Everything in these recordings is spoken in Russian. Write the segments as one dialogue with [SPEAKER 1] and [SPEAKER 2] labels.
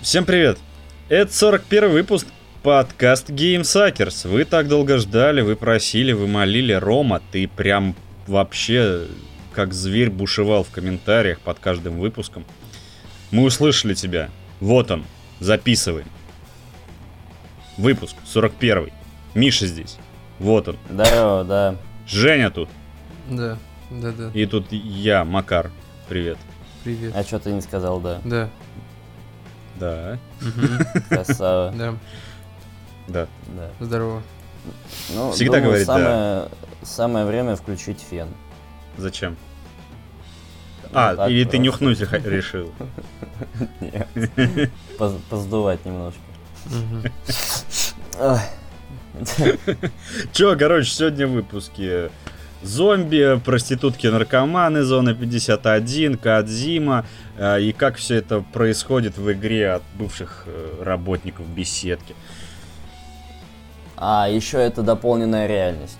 [SPEAKER 1] Всем привет! Это 41 выпуск подкаст GameSuckers. Вы так долго ждали, вы просили, вы молили. Рома, ты прям вообще как зверь бушевал в комментариях под каждым выпуском. Мы услышали тебя. Вот он. Записываем. Выпуск 41. Миша здесь. Вот он.
[SPEAKER 2] Здорово, да.
[SPEAKER 1] Женя тут.
[SPEAKER 3] Да, да, да.
[SPEAKER 1] И тут я, Макар. Привет.
[SPEAKER 3] Привет.
[SPEAKER 2] А что ты не сказал, да?
[SPEAKER 3] Да.
[SPEAKER 1] Да.
[SPEAKER 2] Красава.
[SPEAKER 3] Да.
[SPEAKER 1] Да.
[SPEAKER 2] Да.
[SPEAKER 3] Здорово.
[SPEAKER 2] Ну,
[SPEAKER 1] Всегда
[SPEAKER 2] думаю,
[SPEAKER 1] говорит, да.
[SPEAKER 2] самое, самое время включить фен.
[SPEAKER 1] Зачем?
[SPEAKER 2] Ну,
[SPEAKER 1] А,
[SPEAKER 2] так
[SPEAKER 1] или ты
[SPEAKER 2] просто.
[SPEAKER 1] нюхнуть ха- решил.
[SPEAKER 2] Нет. Поз- Поздувать немножко.
[SPEAKER 3] Мгм.
[SPEAKER 2] Ой.
[SPEAKER 1] Че, короче, сегодня в выпуске. Зомби, проститутки, наркоманы, зона 51, Кадзима. Э, И как все это происходит в игре от бывших э, работников беседки.
[SPEAKER 2] А, еще это дополненная реальность.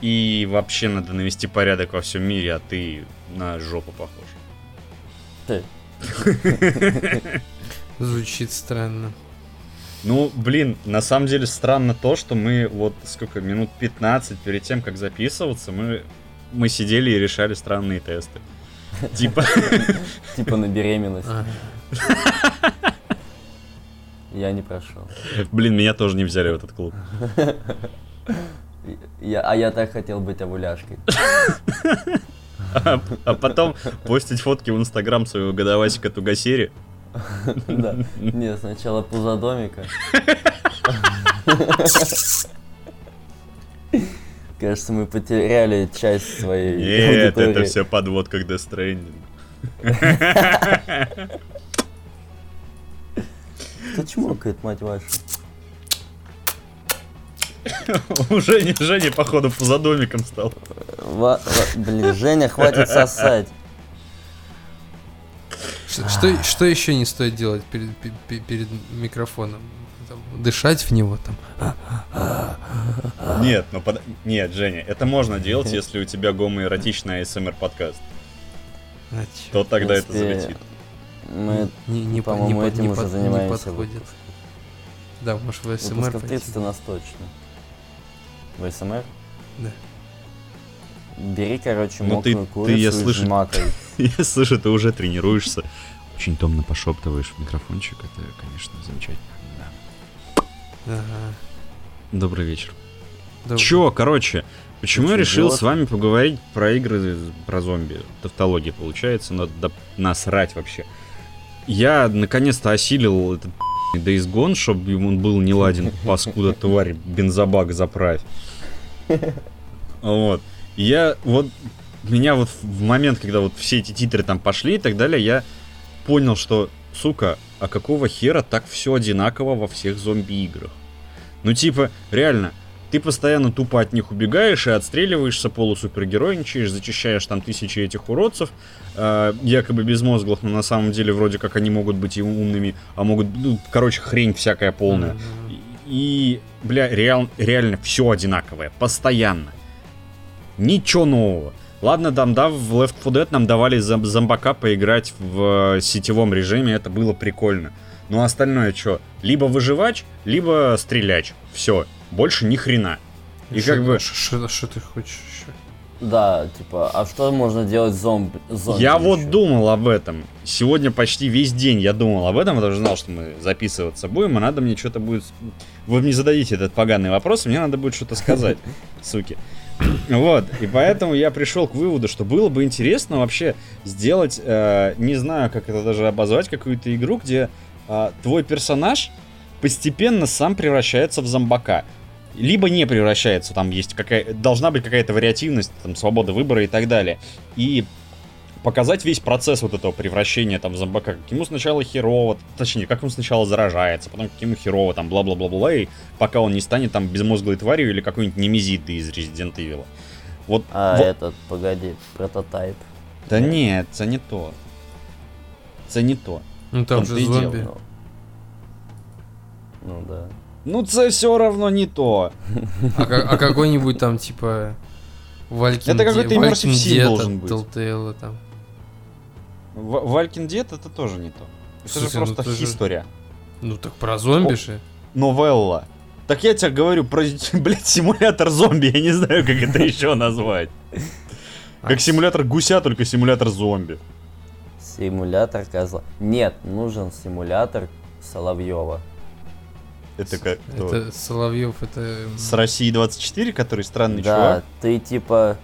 [SPEAKER 1] И вообще надо навести порядок во всем мире, а ты на жопу похож.
[SPEAKER 2] Ты.
[SPEAKER 3] Звучит странно.
[SPEAKER 1] Ну, блин, на самом деле странно то, что мы вот сколько, минут 15 перед тем, как записываться, мы, мы сидели и решали странные тесты. Типа,
[SPEAKER 2] Типа на беременность.
[SPEAKER 3] Ага.
[SPEAKER 2] Я не прошел.
[SPEAKER 1] блин, меня тоже не взяли в этот клуб.
[SPEAKER 2] Я, а я так хотел быть овуляшкой.
[SPEAKER 1] А, а потом постить фотки в инстаграм своего годовасика Тугасери.
[SPEAKER 2] Да. Нет, сначала пузо домика. Кажется, мы потеряли часть своей
[SPEAKER 1] Нет, это
[SPEAKER 2] аудитории.
[SPEAKER 1] все подводка к Death Stranding.
[SPEAKER 2] Ты чмокает, мать вашу.
[SPEAKER 1] У Жени, Жени, походу, за домиком стал.
[SPEAKER 2] Ва- ва- блин, Женя, хватит сосать.
[SPEAKER 1] А.
[SPEAKER 3] Ш- Что, что еще не стоит делать перед, пе- пе- перед микрофоном? Там, дышать в него там.
[SPEAKER 1] Нет, ну под... Нет, Женя, это можно делать, если у тебя гомоэротичный АСМР подкаст.
[SPEAKER 3] А, чё?
[SPEAKER 1] То ну, тогда это
[SPEAKER 2] принципе,
[SPEAKER 1] залетит.
[SPEAKER 2] Мы
[SPEAKER 3] Не, не, по-
[SPEAKER 2] по-моему,
[SPEAKER 3] не по-
[SPEAKER 2] этим
[SPEAKER 3] не
[SPEAKER 2] уже
[SPEAKER 3] по- не
[SPEAKER 2] занимаемся.
[SPEAKER 3] подходит. Да, может в СМР
[SPEAKER 2] выпусков 30 у нас точно. В СМР?
[SPEAKER 3] Да.
[SPEAKER 2] Бери, короче,
[SPEAKER 1] Ну ты-
[SPEAKER 2] мокрую
[SPEAKER 1] ты,
[SPEAKER 2] курицу
[SPEAKER 1] я
[SPEAKER 2] с
[SPEAKER 1] слышу.
[SPEAKER 2] макой.
[SPEAKER 1] Я слышу, ты уже тренируешься. Очень томно пошептываешь в микрофончик, это, конечно, замечательно.
[SPEAKER 3] Ага.
[SPEAKER 1] Добрый вечер.
[SPEAKER 3] Добро.
[SPEAKER 1] Чё, короче, почему
[SPEAKER 2] Ты
[SPEAKER 1] я
[SPEAKER 2] чё,
[SPEAKER 1] решил
[SPEAKER 2] идиот?
[SPEAKER 1] с вами поговорить про игры, про зомби? Тавтология получается, надо доп- насрать вообще. Я наконец-то осилил этот Days Gone, чтобы ему он был не ладен, паскуда тварь, бензобак заправь. Вот. Я вот... Меня вот в момент, когда вот все эти титры там пошли и так далее, я понял, что, сука, а какого хера так все одинаково во всех зомби-играх? Ну, типа, реально, ты постоянно тупо от них убегаешь и отстреливаешься, полусупергеройничаешь, зачищаешь там тысячи этих уродцев, э, якобы безмозглых, но на самом деле вроде как они могут быть и умными, а могут, ну, короче, хрень всякая полная.
[SPEAKER 3] Ага.
[SPEAKER 1] И, бля, реал- реально все одинаковое, постоянно. Ничего нового. Ладно, там, да, в Left 4 Dead нам давали зом- зомбака поиграть в э, сетевом режиме, это было прикольно. Но остальное что? Либо выживач, либо стреляч. Все, больше ни хрена. И
[SPEAKER 3] Шо-
[SPEAKER 1] как бы...
[SPEAKER 3] шо- Шо шо ты хочешь еще?
[SPEAKER 2] Да, типа, а что можно делать зомби? зомби
[SPEAKER 1] Я
[SPEAKER 2] ещё?
[SPEAKER 1] вот думал об этом. Сегодня почти весь день я думал об этом, потому что знал, что мы записываться будем, и надо мне что-то будет... Вы мне зададите этот поганый вопрос, и мне надо будет что-то сказать, суки. Вот, и поэтому я пришел к выводу, что было бы интересно вообще сделать, э, не знаю, как это даже обозвать, какую-то игру, где э, твой персонаж постепенно сам превращается в зомбака. Либо не превращается, там есть какая должна быть какая-то вариативность, там свобода выбора и так далее. И показать весь процесс вот этого превращения там в зомбака, как ему сначала херово, точнее, как он сначала заражается, потом как ему херово, там, бла-бла-бла-бла, и пока он не станет там безмозглой тварью или какой-нибудь немезиды из Resident Evil. Вот,
[SPEAKER 2] А,
[SPEAKER 1] во-
[SPEAKER 2] этот, погоди, прототайп.
[SPEAKER 1] да нет, это не то. Это не то.
[SPEAKER 3] Ну там
[SPEAKER 1] том-то
[SPEAKER 3] же
[SPEAKER 1] и дело,
[SPEAKER 3] зомби.
[SPEAKER 2] Ну, ну да.
[SPEAKER 1] Ну, это все равно не то. ну.
[SPEAKER 3] А, ка- а какой-нибудь там типа Валькин
[SPEAKER 1] Это
[SPEAKER 3] Де-
[SPEAKER 1] какой-то
[SPEAKER 3] Валькин
[SPEAKER 1] Immersive Sim
[SPEAKER 3] Дед
[SPEAKER 1] должен
[SPEAKER 3] от
[SPEAKER 1] быть.
[SPEAKER 3] Telltale там.
[SPEAKER 1] В- Валькин Дед это тоже не то. Это же
[SPEAKER 3] Слушай, ну
[SPEAKER 1] просто
[SPEAKER 3] ты же-
[SPEAKER 1] история.
[SPEAKER 3] Ну так про зомби
[SPEAKER 1] О.
[SPEAKER 3] же.
[SPEAKER 1] Новелла. Так я тебе говорю про, блядь, симулятор зомби. Я не знаю, как это еще назвать.
[SPEAKER 3] А
[SPEAKER 1] Как симулятор гуся, только симулятор зомби.
[SPEAKER 2] Симулятор козла. Нет, нужен симулятор Соловьева.
[SPEAKER 1] Это как? кто?
[SPEAKER 3] Это Соловьев, это... м,
[SPEAKER 1] С России 24, который странный
[SPEAKER 2] да,
[SPEAKER 1] чувак.
[SPEAKER 2] ты типа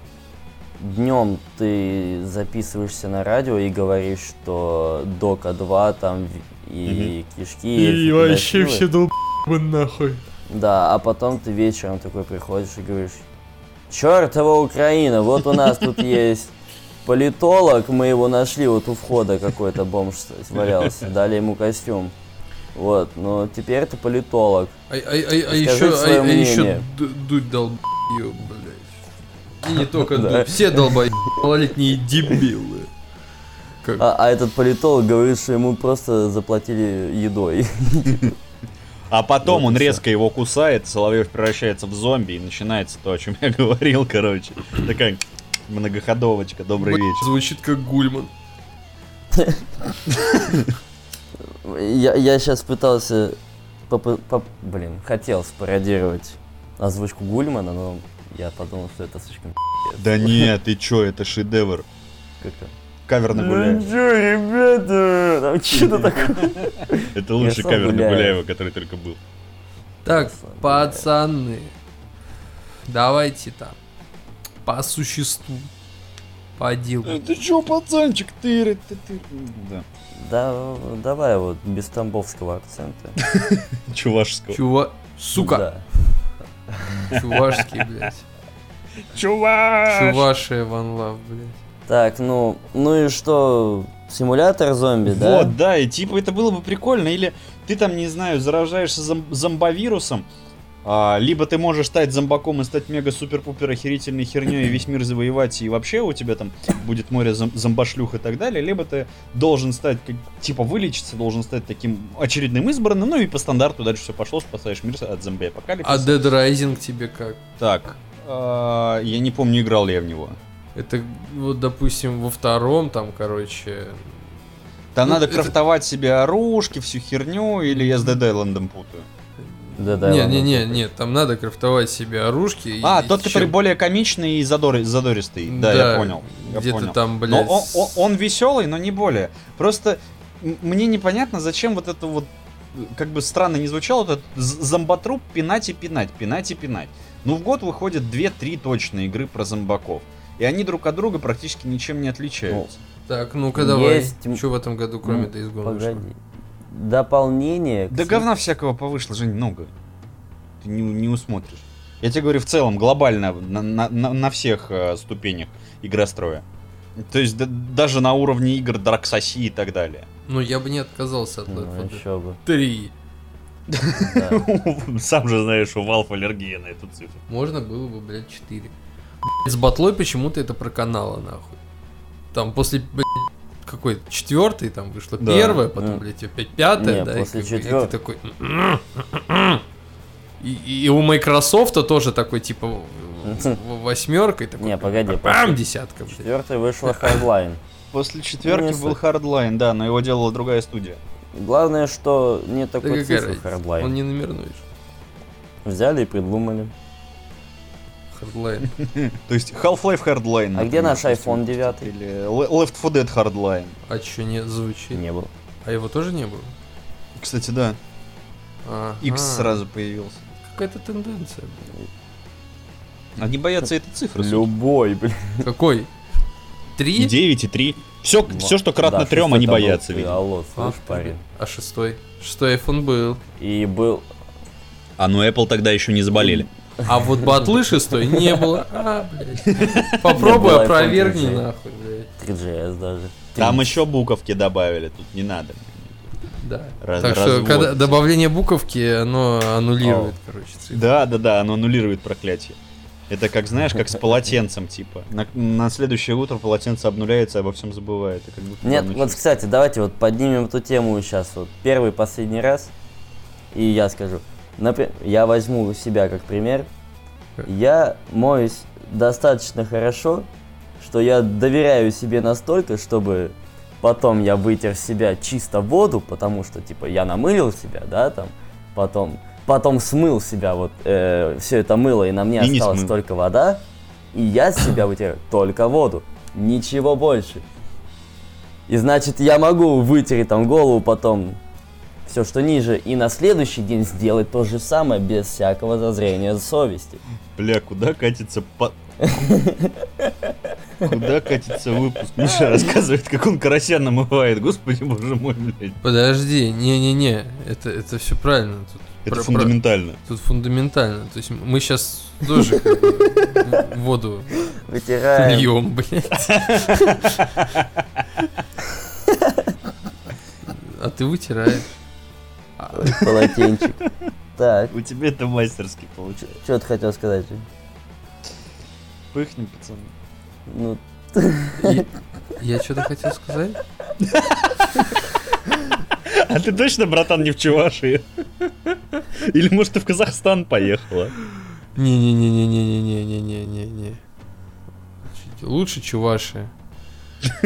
[SPEAKER 2] днем ты записываешься на радио и говоришь, что Дока 2 там в- и кишки.
[SPEAKER 3] И
[SPEAKER 2] эльфы,
[SPEAKER 3] вообще
[SPEAKER 2] красивые.
[SPEAKER 3] все долбы нахуй.
[SPEAKER 2] Да, а потом ты вечером такой приходишь и говоришь, чертова Украина, вот у нас тут есть политолог, мы его нашли, вот у входа какой-то бомж с- валялся, дали ему костюм. Вот, но теперь ты политолог.
[SPEAKER 3] А, а- а- а
[SPEAKER 2] Скажите
[SPEAKER 3] еще,
[SPEAKER 2] своё
[SPEAKER 3] а, а еще
[SPEAKER 2] мнение.
[SPEAKER 3] Ду- Дудь долбоеб, блядь. И не только
[SPEAKER 2] Да.
[SPEAKER 3] Дудь, все долбоеб, малолетние дебилы. Как-
[SPEAKER 2] А, а этот политолог говорит, что ему просто заплатили едой.
[SPEAKER 1] А потом
[SPEAKER 2] Вот
[SPEAKER 1] он
[SPEAKER 2] и всё.
[SPEAKER 1] резко его кусает, Соловьев превращается в зомби, и начинается то, о чем я говорил, короче. Такая многоходовочка, добрый
[SPEAKER 3] Блядь,
[SPEAKER 1] вечер.
[SPEAKER 3] Звучит как Гульман.
[SPEAKER 2] Я, я сейчас пытался, попы- поп- блин, хотел спародировать озвучку Гульмана, но я подумал, что это слишком
[SPEAKER 1] Да нет, ты чё, это шедевр.
[SPEAKER 2] как-то.
[SPEAKER 1] Кавер на
[SPEAKER 2] Ну
[SPEAKER 1] Гуляева.
[SPEAKER 2] чё, ребята, там что-то такое.
[SPEAKER 1] Это лучший
[SPEAKER 2] сам
[SPEAKER 1] кавер на
[SPEAKER 2] гуляю.
[SPEAKER 1] Гуляева, который только был.
[SPEAKER 3] Так,
[SPEAKER 2] Пацаны.
[SPEAKER 3] пацаны, давайте там по существу, по делу.
[SPEAKER 1] Э,
[SPEAKER 2] Ну,
[SPEAKER 1] Ты чё, пацанчик, ты, ты, ты. Да.
[SPEAKER 2] Да, давай вот без тамбовского акцента.
[SPEAKER 1] Чувашского.
[SPEAKER 3] Чува... Сука,
[SPEAKER 2] Да.
[SPEAKER 3] чувашский, блядь.
[SPEAKER 1] Чуваш!
[SPEAKER 3] Чувашия Ван Лав, блядь.
[SPEAKER 2] Так, ну, ну и что, симулятор зомби, да?
[SPEAKER 1] Вот, да, и типа это было бы прикольно, или ты там, не знаю, заражаешься зом- зомбовирусом, а, либо ты можешь стать зомбаком и стать мега-супер-пупер охерительной херней и весь мир завоевать, и вообще у тебя там будет море зом- зомбошлюх и так далее, либо ты должен стать, как- типа, вылечиться, должен стать таким очередным избранным, ну и по стандарту дальше все пошло, спасаешь мир от
[SPEAKER 3] А
[SPEAKER 1] зомби-апокалипсиса.
[SPEAKER 3] Dead Rising тебе как?
[SPEAKER 1] Так, а, я не помню, играл ли я в него.
[SPEAKER 3] Это вот, допустим, во втором там, короче...
[SPEAKER 1] Там
[SPEAKER 3] Ну,
[SPEAKER 1] надо
[SPEAKER 3] это-
[SPEAKER 1] крафтовать себе оружки, всю херню, или я с Dead Island путаю.
[SPEAKER 2] Да, да.
[SPEAKER 3] Не, не, не, не, там надо крафтовать себе оружки. и-
[SPEAKER 1] А,
[SPEAKER 3] и
[SPEAKER 1] тот,
[SPEAKER 3] чем-
[SPEAKER 1] который более комичный и задори- задористый. Да, я понял. Я
[SPEAKER 3] Где-то
[SPEAKER 1] понял.
[SPEAKER 3] там,
[SPEAKER 1] Но
[SPEAKER 3] блядь,
[SPEAKER 1] он, он- он веселый, но не более. Просто м- мне непонятно, зачем вот это вот, э, как бы странно не звучало, вот этот з- зомботруп пинать и пинать, пинать и пинать. Ну, в год выходят 2-3 точные игры про зомбаков. И они друг от друга практически ничем не
[SPEAKER 3] Ну,
[SPEAKER 1] отличаются.
[SPEAKER 3] Так, ну-ка давай.
[SPEAKER 2] Есть м-
[SPEAKER 3] Что в этом году,
[SPEAKER 2] Ну,
[SPEAKER 3] кроме Days Gone? вышло?
[SPEAKER 2] Погоди. Дополнение. к
[SPEAKER 1] да
[SPEAKER 2] си-
[SPEAKER 1] говна всякого повышло, Жень, много. Ты не, у- не усмотришь. Я тебе говорю, в целом, глобально, на, на- на- на всех э, ступенях игростроя. То есть да- даже на уровне игр Драксоси и так далее.
[SPEAKER 3] Ну, я бы не отказался от Left
[SPEAKER 2] Ну,
[SPEAKER 3] 4 Dead.
[SPEAKER 2] еще бы.
[SPEAKER 3] Три.
[SPEAKER 2] да.
[SPEAKER 1] Сам же знаешь, у Valve аллергия на эту цифру.
[SPEAKER 3] Можно было бы, блядь, 4. Блядь, с батлой почему-то это проканало, нахуй. Там после, блядь, какой четвертый там вышло
[SPEAKER 1] Да.
[SPEAKER 3] первое, потом,
[SPEAKER 2] Ну.
[SPEAKER 3] блядь, опять пятое,
[SPEAKER 2] Не,
[SPEAKER 3] да, и
[SPEAKER 2] после
[SPEAKER 3] как бы- и,
[SPEAKER 2] четвёртого.
[SPEAKER 3] ты такой... «М-м-м». И, и у Microsoft тоже такой, типа, в- в- восьмерка, и такой...
[SPEAKER 2] Не, погоди,
[SPEAKER 3] Пам, десятка, блядь.
[SPEAKER 2] Четвертый вышел Hardline.
[SPEAKER 1] После четверки
[SPEAKER 2] Ну, не
[SPEAKER 1] был
[SPEAKER 2] суть.
[SPEAKER 1] Hardline, да, но его делала другая студия.
[SPEAKER 2] Главное, что не
[SPEAKER 3] Да
[SPEAKER 2] такой
[SPEAKER 3] какая
[SPEAKER 2] цифры
[SPEAKER 3] разница,
[SPEAKER 2] Hardline.
[SPEAKER 3] Он не номерной. же.
[SPEAKER 2] Взяли и придумали.
[SPEAKER 3] Хардлайн.
[SPEAKER 1] То есть Half-Life Hardline.
[SPEAKER 2] А
[SPEAKER 1] например,
[SPEAKER 2] где наш
[SPEAKER 1] допустим,
[SPEAKER 2] iPhone 9?
[SPEAKER 1] Или Le- Left 4 Dead Hardline.
[SPEAKER 3] А что не звучит?
[SPEAKER 2] Не было.
[SPEAKER 3] А его тоже не было?
[SPEAKER 1] Кстати, да, X
[SPEAKER 2] А.
[SPEAKER 3] Ага.
[SPEAKER 1] сразу появился.
[SPEAKER 3] Какая-то тенденция.
[SPEAKER 1] Они боятся этой цифры. суть.
[SPEAKER 2] Любой, блин.
[SPEAKER 3] блядь. Какой? Три?
[SPEAKER 1] 9 и 3. Все, все что кратно
[SPEAKER 2] Да,
[SPEAKER 1] трем,
[SPEAKER 2] шестой
[SPEAKER 1] они
[SPEAKER 2] там был.
[SPEAKER 1] боятся.
[SPEAKER 2] Ты,
[SPEAKER 1] видимо.
[SPEAKER 2] Алло,
[SPEAKER 3] А,
[SPEAKER 2] слышь, парень.
[SPEAKER 3] А шестой? Шестой iPhone был.
[SPEAKER 2] И был...
[SPEAKER 1] А ну Apple тогда еще не заболели.
[SPEAKER 3] А вот батлы шестой не было. А, блядь. Попробуй
[SPEAKER 2] Не было iPhone
[SPEAKER 3] опроверни
[SPEAKER 2] 3G.
[SPEAKER 3] нахуй, блядь.
[SPEAKER 2] 3GS даже.
[SPEAKER 1] Там еще буковки добавили, тут не надо.
[SPEAKER 3] Да.
[SPEAKER 1] Раз-
[SPEAKER 3] так что
[SPEAKER 1] разводится.
[SPEAKER 3] когда добавление буковки, оно аннулирует, короче, цифры.
[SPEAKER 1] Да, да, да, оно аннулирует проклятие. Это как, знаешь, как с полотенцем, типа. На, на следующее утро полотенце обнуляется, обо всем забывает. и как будто
[SPEAKER 2] Нет,
[SPEAKER 1] там
[SPEAKER 2] вот,
[SPEAKER 1] ничего.
[SPEAKER 2] кстати, давайте вот поднимем эту тему сейчас. Вот первый, последний раз. И я скажу. Например, я возьму себя как пример.
[SPEAKER 1] Э.
[SPEAKER 3] Как?
[SPEAKER 2] Я моюсь достаточно хорошо, что я доверяю себе настолько, чтобы Потом я вытер с себя чисто воду, потому что, типа, я намылил себя, да, там. Потом, потом смыл себя вот э, все это мыло, и на мне
[SPEAKER 1] И не
[SPEAKER 2] осталась
[SPEAKER 1] смыл.
[SPEAKER 2] только вода. И я с себя вытер только воду. Ничего больше. И значит, я могу вытереть там голову потом все, что ниже, и на следующий день сделать то же самое без всякого зазрения совести.
[SPEAKER 1] Бля, куда катится по... Куда катится выпуск? Миша рассказывает, как он карася намывает. Господи, боже мой, блядь.
[SPEAKER 3] Подожди, не-не-не, это, это все правильно. Тут,
[SPEAKER 1] Это
[SPEAKER 3] про- про-
[SPEAKER 1] фундаментально.
[SPEAKER 3] тут фундаментально. То есть мы сейчас тоже как бы, воду
[SPEAKER 2] Вытираем.
[SPEAKER 3] Льем, блядь. А ты вытираешь.
[SPEAKER 2] Полотенчик. Так,
[SPEAKER 1] У тебя это мастерски получилось.
[SPEAKER 2] что ты хотел сказать? Жень?
[SPEAKER 1] Пыхни, пацаны.
[SPEAKER 2] Ну,
[SPEAKER 3] И- Я что-то хотел сказать?
[SPEAKER 1] А ты точно, братан, не в Чувашии? Или, может, ты в Казахстан поехала?
[SPEAKER 3] Не-не-не-не-не-не-не-не-не-не. Лучше чуваши.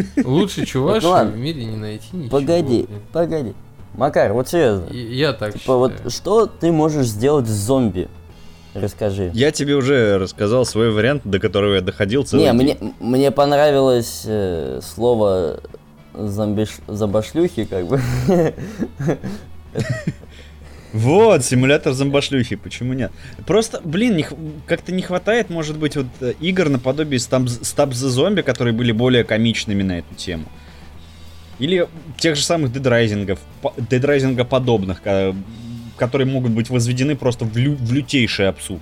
[SPEAKER 3] Лучше чуваши
[SPEAKER 2] Ну ладно.
[SPEAKER 3] в мире не найти ничего.
[SPEAKER 2] погоди,
[SPEAKER 3] блин.
[SPEAKER 2] погоди. Макар, вот серьезно.
[SPEAKER 3] И- Я так
[SPEAKER 2] Типа, вот
[SPEAKER 3] считаю.
[SPEAKER 2] что ты можешь сделать с зомби? Расскажи.
[SPEAKER 1] Я тебе уже рассказал свой вариант, до которого я доходил целый
[SPEAKER 2] Не,
[SPEAKER 1] день.
[SPEAKER 2] мне, мне понравилось э, слово зомбиш- зомбошлюхи, как бы.
[SPEAKER 1] Вот, симулятор зомбошлюхи, почему нет? Просто, блин, не х- как-то не хватает, может быть, вот э, игр наподобие Stab за зомби, которые были более комичными на эту тему. Или тех же самых дедрайзингов, по- дедрайзинга подобных, ко- которые могут быть возведены просто в, лю- в лютейший абсурд.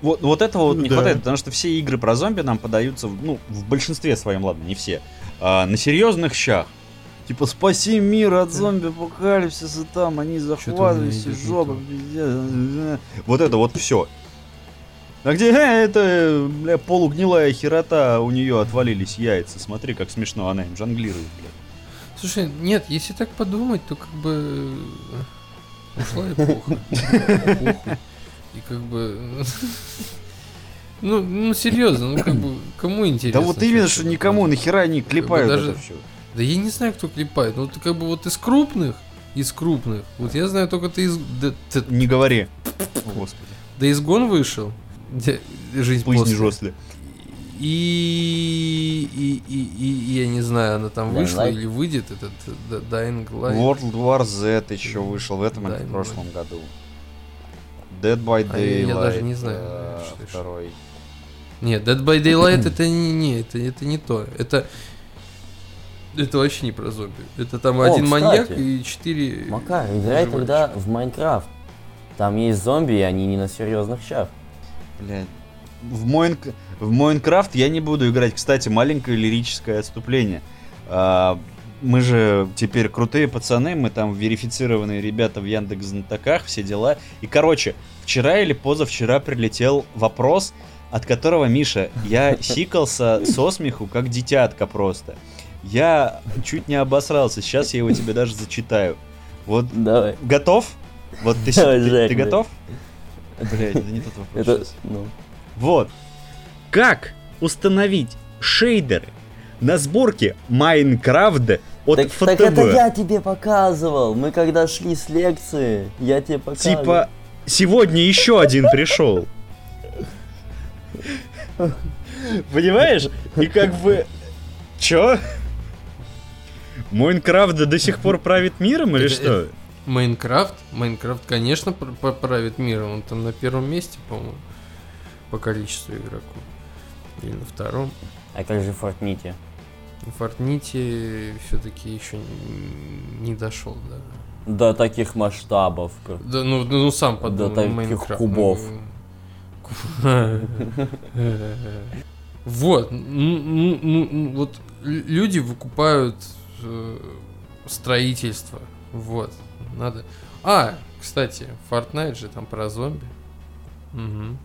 [SPEAKER 1] Вот, вот этого вот не
[SPEAKER 3] Да.
[SPEAKER 1] хватает, потому что все игры про зомби нам подаются, в- ну, в большинстве своем, ладно, не все, а, на серьезных щах. Типа, спаси мир от зомби апокалипсиса, там они захватывают
[SPEAKER 3] Чё-то у меня
[SPEAKER 1] все
[SPEAKER 3] идёт не
[SPEAKER 1] жопы,
[SPEAKER 3] то.
[SPEAKER 1] пиздец. Вот это вот все. А где э, это, бля, полугнилая херота, у нее отвалились яйца. Смотри, как смешно она им жонглирует, бля.
[SPEAKER 3] Слушай, нет, если так подумать, то как бы... э, Ушла эпоха. Похуй. И как бы... Ну, ну серьезно, ну как бы, кому интересно?
[SPEAKER 1] Да вот именно,
[SPEAKER 3] слушай,
[SPEAKER 1] что
[SPEAKER 3] ну,
[SPEAKER 1] никому нахера они клепают
[SPEAKER 3] даже-
[SPEAKER 1] это все.
[SPEAKER 3] Да я не знаю, кто клепает. Ну, ты как бы вот из крупных, из крупных. Вот я знаю только ты из... Да, ты-
[SPEAKER 1] Не говори. О, Господи.
[SPEAKER 3] да изгон вышел. Где- Жизнь
[SPEAKER 1] Плызни
[SPEAKER 3] после.
[SPEAKER 1] жесткие.
[SPEAKER 3] И, и, и, и я не знаю, она там
[SPEAKER 2] Dying
[SPEAKER 3] вышла
[SPEAKER 2] Light?
[SPEAKER 3] или выйдет, этот да, Dying Light.
[SPEAKER 1] World War Z еще вышел в этом
[SPEAKER 3] Да,
[SPEAKER 1] или в
[SPEAKER 3] именно.
[SPEAKER 1] прошлом году. Dead by
[SPEAKER 3] А я-
[SPEAKER 1] Daylight.
[SPEAKER 3] я даже не знаю,
[SPEAKER 1] э,
[SPEAKER 3] что это.
[SPEAKER 1] Второй.
[SPEAKER 3] Нет, Dead by Daylight это не, не это, это не то. Это это вообще не про зомби. Это там
[SPEAKER 2] О,
[SPEAKER 3] один
[SPEAKER 2] кстати.
[SPEAKER 3] маньяк и четыре.
[SPEAKER 2] Макар, играй
[SPEAKER 3] выживающих.
[SPEAKER 2] тогда в Майнкрафт. Там есть зомби, и они не на серьезных щах.
[SPEAKER 1] Блядь. В, Мойн... в Майнкрафт я не буду играть. Кстати, маленькое лирическое отступление. А, мы же теперь крутые пацаны, мы там верифицированные ребята в Яндекс Знатоках, все дела. И, короче, вчера или позавчера прилетел вопрос, от которого, Миша, я сикался со смеху, как дитятка просто. Я чуть не обосрался, сейчас я его тебе даже зачитаю. Вот
[SPEAKER 2] Давай.
[SPEAKER 1] готов? Вот ты, с-
[SPEAKER 2] Давай,
[SPEAKER 1] ты-
[SPEAKER 2] Жек,
[SPEAKER 1] ты
[SPEAKER 2] да.
[SPEAKER 1] готов? Блядь, это не тот вопрос.
[SPEAKER 2] Это,
[SPEAKER 1] щас.
[SPEAKER 2] ну,
[SPEAKER 1] Вот. Как установить шейдеры на сборке Майнкрафта от
[SPEAKER 2] так,
[SPEAKER 1] ФТБ?
[SPEAKER 2] так это я тебе показывал. Мы когда шли с лекции, я тебе показывал.
[SPEAKER 1] Типа, сегодня еще один пришел. Понимаешь? И как бы... Чё? Майнкрафт до сих пор правит миром или
[SPEAKER 3] Это-
[SPEAKER 1] что?
[SPEAKER 3] Майнкрафт, Майнкрафт, конечно, пр- пр- правит миром. Он там на первом месте, по-моему, по количеству игроков. Или на втором.
[SPEAKER 2] А как же Фортнити?
[SPEAKER 3] В Фортните все-таки еще не дошел, да.
[SPEAKER 2] До таких масштабов. кр-
[SPEAKER 3] Да, ну, ну, ну, сам подумай.
[SPEAKER 2] таких
[SPEAKER 3] Майнкрафт,
[SPEAKER 2] кубов.
[SPEAKER 3] ну, ку- Вот, ну, ну, ну, ну, вот лю- люди выкупают э, строительство, вот, надо. А, кстати, Fortnite же там про зомби. Мгм.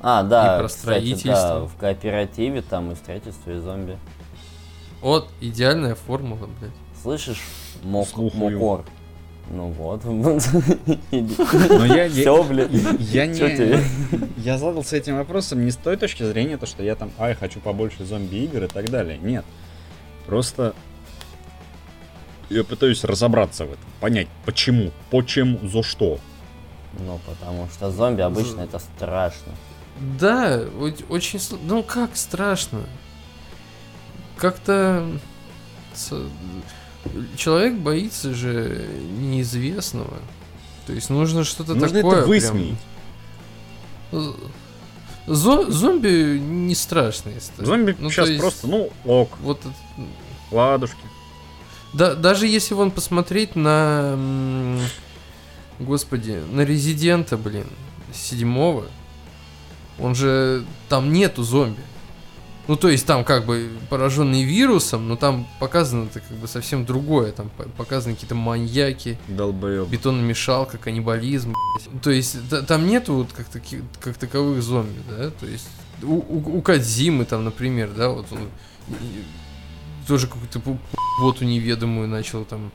[SPEAKER 2] А, да.
[SPEAKER 3] И про
[SPEAKER 2] кстати,
[SPEAKER 3] строительство.
[SPEAKER 2] да, в кооперативе там и строительство, и зомби.
[SPEAKER 3] Вот идеальная формула, блядь.
[SPEAKER 2] Слышишь? Мок,
[SPEAKER 1] Слухаю.
[SPEAKER 2] мокор. Ну вот.
[SPEAKER 1] Но я,
[SPEAKER 2] Все, блин.
[SPEAKER 1] Я
[SPEAKER 2] Чё тебе?
[SPEAKER 1] не... Я задался этим вопросом не с той точки зрения, то, что я там, ай, хочу побольше зомби-игр и так далее. Нет. Просто Я пытаюсь разобраться в этом, понять, почему, почему, за что.
[SPEAKER 2] Ну, потому что зомби обычно это страшно.
[SPEAKER 3] Да, о- очень... сл- Ну как страшно. Как-то... с- Человек боится же неизвестного. То есть нужно что-то
[SPEAKER 1] Нужно
[SPEAKER 3] такое...
[SPEAKER 1] это
[SPEAKER 3] прям-
[SPEAKER 1] высмеять.
[SPEAKER 3] З- зо- зомби не страшные. стали.
[SPEAKER 1] Зомби
[SPEAKER 3] Ну, то
[SPEAKER 1] сейчас
[SPEAKER 3] есть
[SPEAKER 1] просто, ну, ок,
[SPEAKER 3] Вот это-
[SPEAKER 1] ладушки.
[SPEAKER 3] да, даже если вон посмотреть на... м, Господи, на Резидента, блин, седьмого, он же... Там нету зомби. Ну, то есть там как бы пораженный вирусом, но там показано это как бы совсем другое. Там по- показаны какие-то маньяки,
[SPEAKER 1] Долбоеб.
[SPEAKER 3] бетономешалка, каннибализм. блядь. То есть та- там нету вот как, таки- как таковых зомби, да? То есть у, у, у Кадзимы там, например, да, вот он и- и тоже какую-то пу- боту неведомую начал там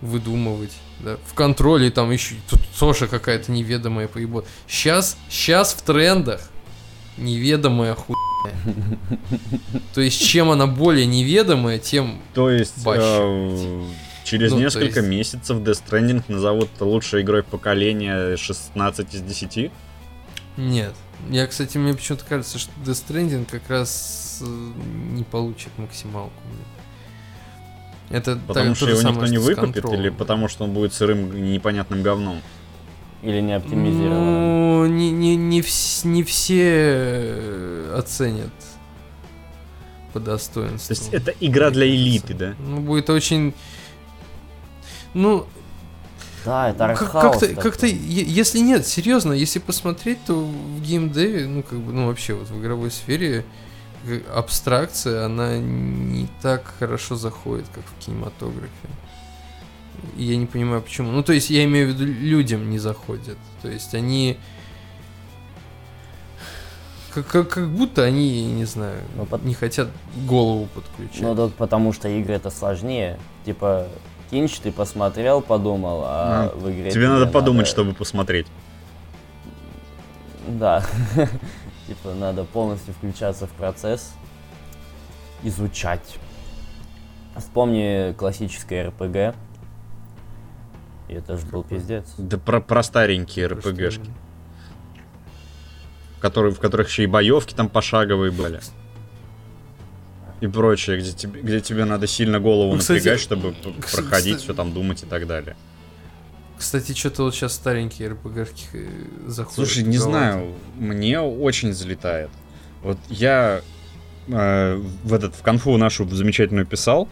[SPEAKER 3] выдумывать. Да? В контроле там еще тут тоже какая-то неведомая поебот. Сейчас, сейчас в трендах неведомая хуйня. То есть чем она более неведомая, тем
[SPEAKER 1] То есть,
[SPEAKER 3] Бащ.
[SPEAKER 1] э, через
[SPEAKER 3] Ну, то
[SPEAKER 1] несколько
[SPEAKER 3] есть-
[SPEAKER 1] месяцев Death Stranding назовут лучшей игрой поколения 16 из 10.
[SPEAKER 3] Нет. Я, кстати, мне почему-то кажется, что Death Stranding как раз э, не получит максималку. блин. Это
[SPEAKER 1] Потому
[SPEAKER 3] та-
[SPEAKER 1] что
[SPEAKER 3] то же
[SPEAKER 1] его
[SPEAKER 3] самое,
[SPEAKER 1] никто не
[SPEAKER 3] что с
[SPEAKER 1] выкупит,
[SPEAKER 3] Control.
[SPEAKER 1] или потому что он будет сырым и непонятным говном.
[SPEAKER 2] Или не оптимизировано.
[SPEAKER 3] Ну, не, не, не, вс- не все оценят по
[SPEAKER 1] То
[SPEAKER 3] достоинству.
[SPEAKER 1] есть это игра
[SPEAKER 3] мне
[SPEAKER 1] для
[SPEAKER 3] кажется.
[SPEAKER 1] элиты, да?
[SPEAKER 3] Ну, будет очень... Ну,
[SPEAKER 2] Да, это
[SPEAKER 3] Как-
[SPEAKER 2] артхаус.
[SPEAKER 3] Как-то,
[SPEAKER 2] такой.
[SPEAKER 3] как-то, е- если нет, серьезно, если посмотреть, то в геймдеве, ну как бы, ну вообще вот в игровой сфере э, абстракция, она не так хорошо заходит, как в кинематографе. И я не понимаю, почему. Ну, то есть, я имею в виду, людям не заходит. То есть, они... Как, как, как будто они, не знаю,
[SPEAKER 2] Ну, под-
[SPEAKER 3] не хотят голову подключать.
[SPEAKER 2] Ну, так потому что игры это сложнее. Типа, кинч ты посмотрел, подумал, а в игре...
[SPEAKER 1] Ну, Тебе надо подумать,
[SPEAKER 2] что
[SPEAKER 1] чтобы посмотреть.
[SPEAKER 2] Да. Типа надо полностью включаться в процесс, изучать. Вспомни классическое РПГ. И это же был пиздец.
[SPEAKER 1] Да про, про старенькие
[SPEAKER 3] Просто-
[SPEAKER 1] РПГшки, которые, в которых еще и боевки там пошаговые были. И прочее, где тебе, где тебе надо сильно голову
[SPEAKER 3] Ну, кстати,
[SPEAKER 1] напрягать, чтобы п-
[SPEAKER 3] кс-
[SPEAKER 1] проходить,
[SPEAKER 3] кстати-
[SPEAKER 1] все там думать и так далее.
[SPEAKER 3] Кстати, что-то вот сейчас старенькие РПГшки э, заходят.
[SPEAKER 1] Слушай, не
[SPEAKER 3] в голову.
[SPEAKER 1] знаю, мне очень залетает. Вот я э, в этот в конфу нашу замечательную писал,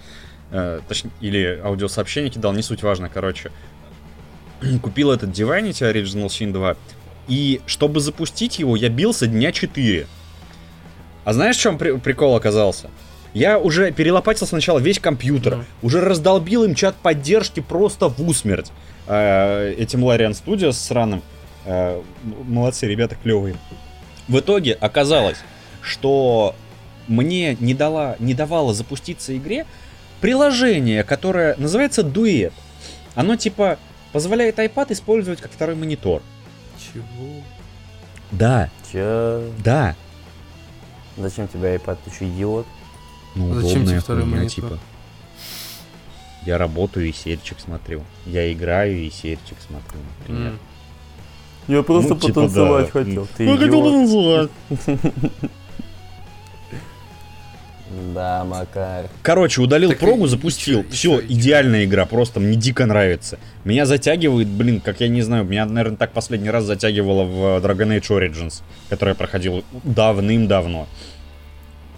[SPEAKER 1] э, точнее, или аудиосообщение кидал, не суть важно, короче. Купил этот Divinity Original Sin 2, и чтобы запустить его, я бился дня 4. А знаешь, в чем при- прикол оказался? Я уже перелопатил сначала весь компьютер,
[SPEAKER 3] Да.
[SPEAKER 1] уже раздолбил им чат поддержки просто в усмерть. Э, этим Лариан Studios сраным. Э, м- молодцы, ребята клевые. В итоге оказалось, что мне не, дала, не давало запуститься игре приложение, которое называется Дуэт. Оно типа позволяет iPad использовать как второй монитор.
[SPEAKER 3] Чего?
[SPEAKER 1] Да,
[SPEAKER 2] Че?
[SPEAKER 1] да.
[SPEAKER 2] Зачем тебе iPad? Ты что, идиот?
[SPEAKER 1] Ну,
[SPEAKER 3] Зачем тебе
[SPEAKER 1] удобная
[SPEAKER 3] второй
[SPEAKER 1] хуйня,
[SPEAKER 3] монитор?
[SPEAKER 1] типа. Я работаю и серчик смотрю. Я играю и серчик смотрю, например.
[SPEAKER 3] М.
[SPEAKER 2] Я
[SPEAKER 1] просто типа, потанцевать да. хотел.
[SPEAKER 2] Ты Да, Макар.
[SPEAKER 1] Короче, удалил
[SPEAKER 3] Так и-
[SPEAKER 1] прогу,
[SPEAKER 3] и
[SPEAKER 1] запустил.
[SPEAKER 3] чё, и
[SPEAKER 1] Все,
[SPEAKER 3] чё, и чё?
[SPEAKER 1] идеальная игра, просто мне дико нравится. Меня затягивает, блин, как я не знаю, меня, наверное, так последний раз затягивало в э, Dragon Age Origins, который я проходил давным-давно.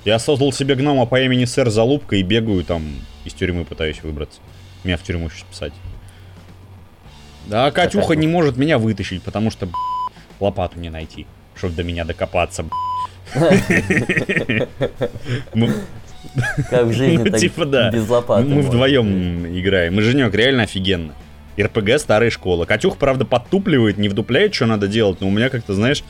[SPEAKER 1] Я создал себе гнома по имени Сэр Залупка и бегаю там из тюрьмы пытаюсь выбраться. Меня в тюрьму сейчас писать. Да, Катюха
[SPEAKER 2] Катюха.
[SPEAKER 1] не может меня вытащить, потому что б***, лопату не найти, чтобы до меня докопаться. б***. Мы-
[SPEAKER 2] Как в жизни,
[SPEAKER 1] Ну,
[SPEAKER 2] так
[SPEAKER 1] типа, да.
[SPEAKER 2] без лопаты.
[SPEAKER 1] мы
[SPEAKER 2] можно.
[SPEAKER 1] вдвоем играем. И Женек реально офигенно. РПГ старая школа. Катюх, правда, подтупливает, не вдупляет, что надо делать, но у меня как-то, знаешь,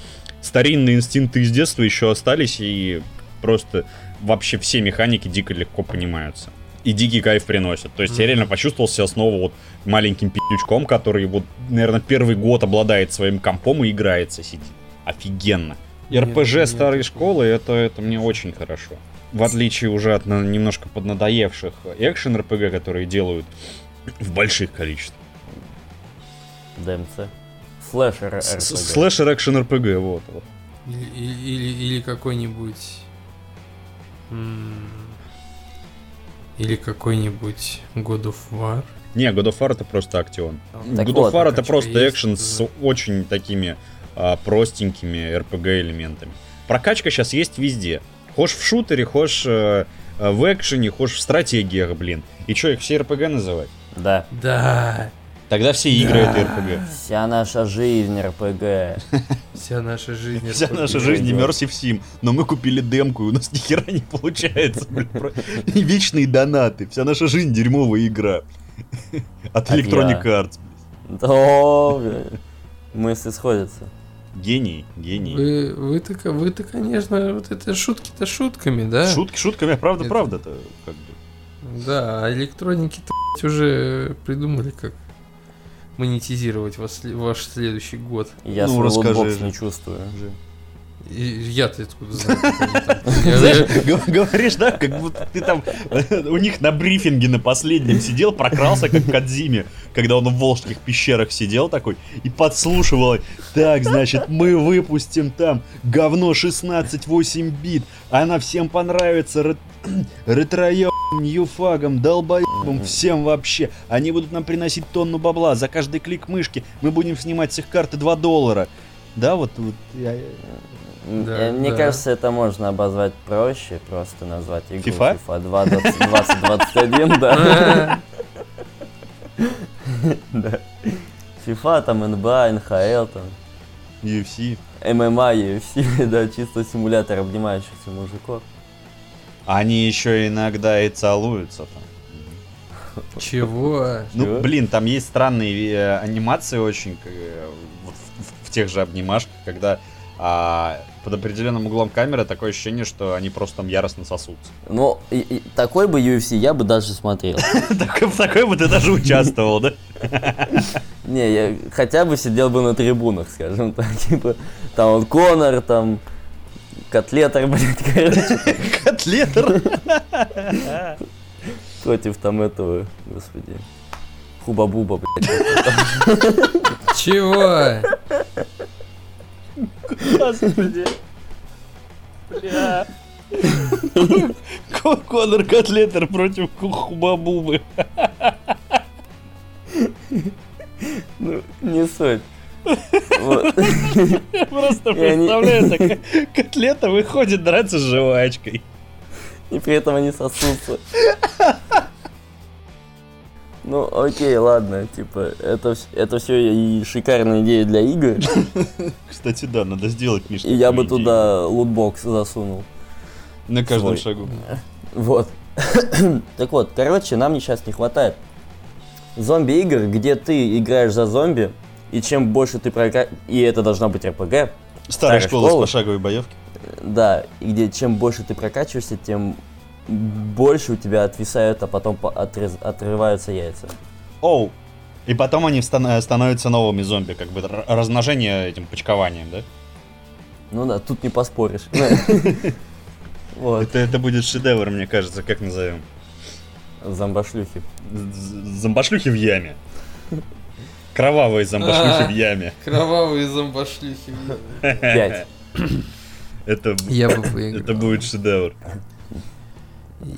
[SPEAKER 1] старинные инстинкты из детства еще остались, и просто вообще все механики дико легко понимаются. И дикий кайф приносят. То есть я
[SPEAKER 3] Мгм.
[SPEAKER 1] реально почувствовал себя снова вот маленьким пи***ючком, который вот, наверное, первый год обладает своим компом и играется, сидит. Офигенно.
[SPEAKER 3] Нет,
[SPEAKER 1] РПЖ
[SPEAKER 3] нет
[SPEAKER 1] старой
[SPEAKER 3] такого.
[SPEAKER 1] школы, это, это мне очень хорошо. В отличие уже от на- немножко поднадоевших экшен РПГ, которые делают В больших количествах.
[SPEAKER 2] ДМЦ. Слэшер
[SPEAKER 3] Э,
[SPEAKER 1] С-
[SPEAKER 2] RPG.
[SPEAKER 1] с- Слэшер экшен РПГ, вот. вот.
[SPEAKER 3] Или, и- или, или какой-нибудь... м, Или какой-нибудь God of War.
[SPEAKER 1] Не, God of War это просто актион.
[SPEAKER 2] Так
[SPEAKER 1] God
[SPEAKER 2] вот,
[SPEAKER 1] of War это
[SPEAKER 3] прокачка
[SPEAKER 1] просто
[SPEAKER 3] а есть,
[SPEAKER 1] экшен с очень такими а, простенькими RPG элементами. Прокачка сейчас есть везде. Хошь в шутере, хошь э, э, в экшене, хошь в стратегиях, блин. И что, их все RPG называть?
[SPEAKER 2] Да.
[SPEAKER 3] Да,
[SPEAKER 1] Тогда все игры это RPG.
[SPEAKER 2] Вся наша жизнь РПГ.
[SPEAKER 3] вся наша жизнь.
[SPEAKER 1] Вся
[SPEAKER 3] RPG.
[SPEAKER 1] наша жизнь Immersive Sim, но мы купили демку, и у нас нихера не получается. блин, про- И вечные донаты. Вся наша жизнь дерьмовая игра. От
[SPEAKER 2] От
[SPEAKER 1] Electronic
[SPEAKER 2] я.
[SPEAKER 1] Arts. блин.
[SPEAKER 2] Да, бля. мысли сходятся.
[SPEAKER 1] Гений, гений.
[SPEAKER 3] Вы, вы-то, ко- вы-то, конечно, вот это шутки-то шутками, да?
[SPEAKER 1] Шутки шутками, а правда,
[SPEAKER 3] Э, Это-
[SPEAKER 1] правда-то. Как бы.
[SPEAKER 3] Да, а электроники-то блядь, уже придумали, как монетизировать вас, сле- ваш следующий год.
[SPEAKER 2] Я
[SPEAKER 1] Ну,
[SPEAKER 2] свой
[SPEAKER 1] расскажи
[SPEAKER 2] лутбокс
[SPEAKER 1] же.
[SPEAKER 2] не чувствую.
[SPEAKER 3] И я-то откуда знаю, как они там. Я- я-
[SPEAKER 1] Г- Говоришь, да, как будто ты там э, у них на брифинге на последнем сидел, прокрался, как Кадзиме, когда он в волжских пещерах сидел такой и подслушивал. Так, значит, мы выпустим там говно 16-8 бит, она всем понравится, рет- ретроёбам, ньюфагам, долбоебам, всем вообще. Они будут нам приносить тонну бабла за каждый клик мышки, мы будем снимать с их карты 2 доллара. Да, вот, вот я-
[SPEAKER 2] М,
[SPEAKER 3] Да,
[SPEAKER 2] э, Мне
[SPEAKER 3] да.
[SPEAKER 2] кажется, это можно обозвать проще, просто назвать игру
[SPEAKER 1] FIFA?
[SPEAKER 2] FIFA 2 20 2021, да.
[SPEAKER 3] А,
[SPEAKER 2] Да. FIFA, там А, NBA, NHL, там А,
[SPEAKER 1] UFC.
[SPEAKER 2] ММА, UFC, да, чисто симулятор обнимающихся мужиков.
[SPEAKER 1] Они еще иногда и целуются там.
[SPEAKER 3] Чего?
[SPEAKER 1] Ну,
[SPEAKER 2] Чего?
[SPEAKER 1] блин, там есть странные э, анимации очень, к- э, вот в, в- в тех же обнимашках, когда а, под определенным углом камеры такое ощущение, что они просто там яростно сосутся.
[SPEAKER 2] Ну, и- и такой бы UFC я бы даже смотрел.
[SPEAKER 1] Такой- В такой бы ты даже участвовал, да?
[SPEAKER 2] Не, я хотя бы сидел бы на трибунах, скажем так. Типа, там вот Конор, там Котлетер, блядь, короче,
[SPEAKER 1] Котлетер.
[SPEAKER 2] против там этого, господи, Хуба-буба, блядь.
[SPEAKER 3] Чего?
[SPEAKER 1] Господи. Бля. Кон- Конор Котлетер против Хубабубы.
[SPEAKER 2] Ну, не суть. Вот.
[SPEAKER 1] Я просто
[SPEAKER 2] И они-
[SPEAKER 1] представляю, такая котлета выходит драться с жвачкой.
[SPEAKER 2] И при этом они сосутся. Ну, окей, ладно, типа, это, вс- это все и шикарная идея для игр,
[SPEAKER 1] Кстати, да, надо сделать, Миш.
[SPEAKER 2] и я бы
[SPEAKER 1] такую идею.
[SPEAKER 2] туда лутбокс засунул.
[SPEAKER 1] На каждом
[SPEAKER 2] свой.
[SPEAKER 1] шагу.
[SPEAKER 2] Вот. так вот, короче, нам сейчас не хватает зомби-игр, где ты играешь за зомби, и чем больше ты прока... И это должна быть РПГ,
[SPEAKER 1] Старая
[SPEAKER 2] Старая
[SPEAKER 1] школа с
[SPEAKER 2] школа.
[SPEAKER 1] пошаговой боевки.
[SPEAKER 2] да, и где чем больше ты прокачиваешься, тем больше у тебя отвисают, а потом по- отрез- отрываются яйца.
[SPEAKER 1] Оу. И потом они встан- становятся новыми зомби, как бы р- размножение этим почкованием, да?
[SPEAKER 2] Ну да, тут не поспоришь. Вот,
[SPEAKER 1] Это, это будет шедевр, мне кажется, как назовем.
[SPEAKER 2] зомбошлюхи.
[SPEAKER 1] З- з- Зомбошлюхи в яме. Кровавые зомбошлюхи
[SPEAKER 3] А.
[SPEAKER 1] в яме.
[SPEAKER 3] Кровавые зомбошлюхи.
[SPEAKER 2] Пять.
[SPEAKER 1] Это, б-
[SPEAKER 3] Я бы поиграл.
[SPEAKER 1] это будет шедевр.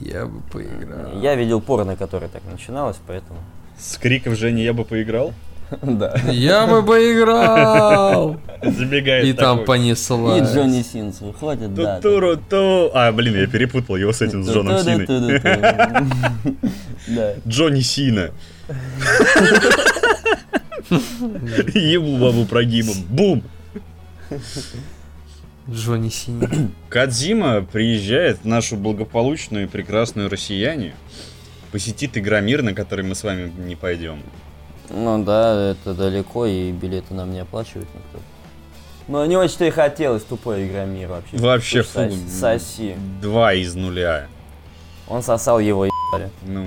[SPEAKER 3] Я бы поиграл.
[SPEAKER 2] Я видел порно, которое так начиналось, поэтому...
[SPEAKER 1] С криков Жени я бы поиграл.
[SPEAKER 2] Да.
[SPEAKER 3] Я бы поиграл.
[SPEAKER 1] Забегает
[SPEAKER 3] И там
[SPEAKER 1] такой.
[SPEAKER 2] И
[SPEAKER 3] понеслась.
[SPEAKER 2] Джонни Синс, ну хватит, да.
[SPEAKER 1] Ту-туру-ту. А, блин, я перепутал его с этим, с Джоном Синой.
[SPEAKER 2] Синой. Да.
[SPEAKER 1] Джонни Сина. Ебу бабу прогибом. Бум!
[SPEAKER 3] Джонни Синий.
[SPEAKER 1] Кадзима приезжает в нашу благополучную и прекрасную Россиянию, посетит Игромир, на который мы с вами не пойдем.
[SPEAKER 2] Ну да, это далеко, и билеты нам не оплачивают никто. Ну, не очень-то и хотелось, тупой игра мир вообще.
[SPEAKER 1] Вообще
[SPEAKER 2] Уж сос-
[SPEAKER 1] фу.
[SPEAKER 2] Соси.
[SPEAKER 1] Два из нуля.
[SPEAKER 2] Он сосал его ебали.
[SPEAKER 1] Ну.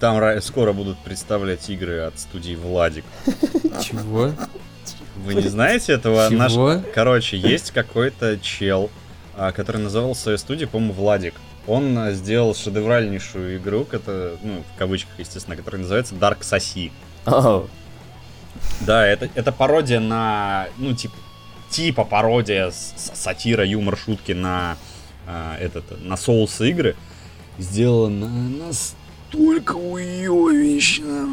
[SPEAKER 1] Там ра- скоро будут представлять игры от студии Владик.
[SPEAKER 3] Чего?
[SPEAKER 1] Вы не знаете этого? Наш-
[SPEAKER 3] Чего?
[SPEAKER 1] Короче, есть какой-то чел, а, который называл свою студию, по-моему, Владик. он сделал шедевральнейшую игру, это, ну, в кавычках, естественно, которая называется Dark Sassy.
[SPEAKER 2] Оу.
[SPEAKER 1] Да, это, это пародия на, ну, типа, типа пародия, с- с- сатира, юмор, шутки на а, этот, на соус игры. Сделана настолько уёвищно,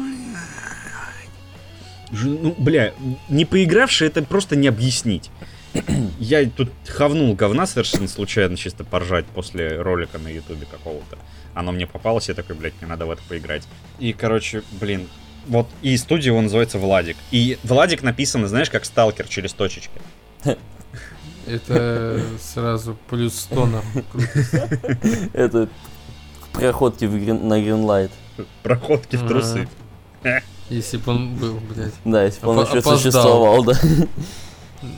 [SPEAKER 1] бля. Ж- Ну, бля, не поигравший это просто не объяснить. Я тут хавнул говна совершенно случайно, чисто поржать после ролика на ютубе какого-то. Оно мне попалось, я такой, блядь, мне надо в это поиграть. И, короче, блин, вот, и студия его называется Владик. И Владик написано, знаешь, как сталкер через точечки.
[SPEAKER 3] Это сразу плюс 100 нам. Круто.
[SPEAKER 2] Это проходки в грин- на Гринлайт.
[SPEAKER 1] Проходки в трусы.
[SPEAKER 3] Если бы он был, блядь.
[SPEAKER 2] Да, если бы он
[SPEAKER 3] Опо-
[SPEAKER 2] еще
[SPEAKER 3] опоздал.
[SPEAKER 2] существовал, да.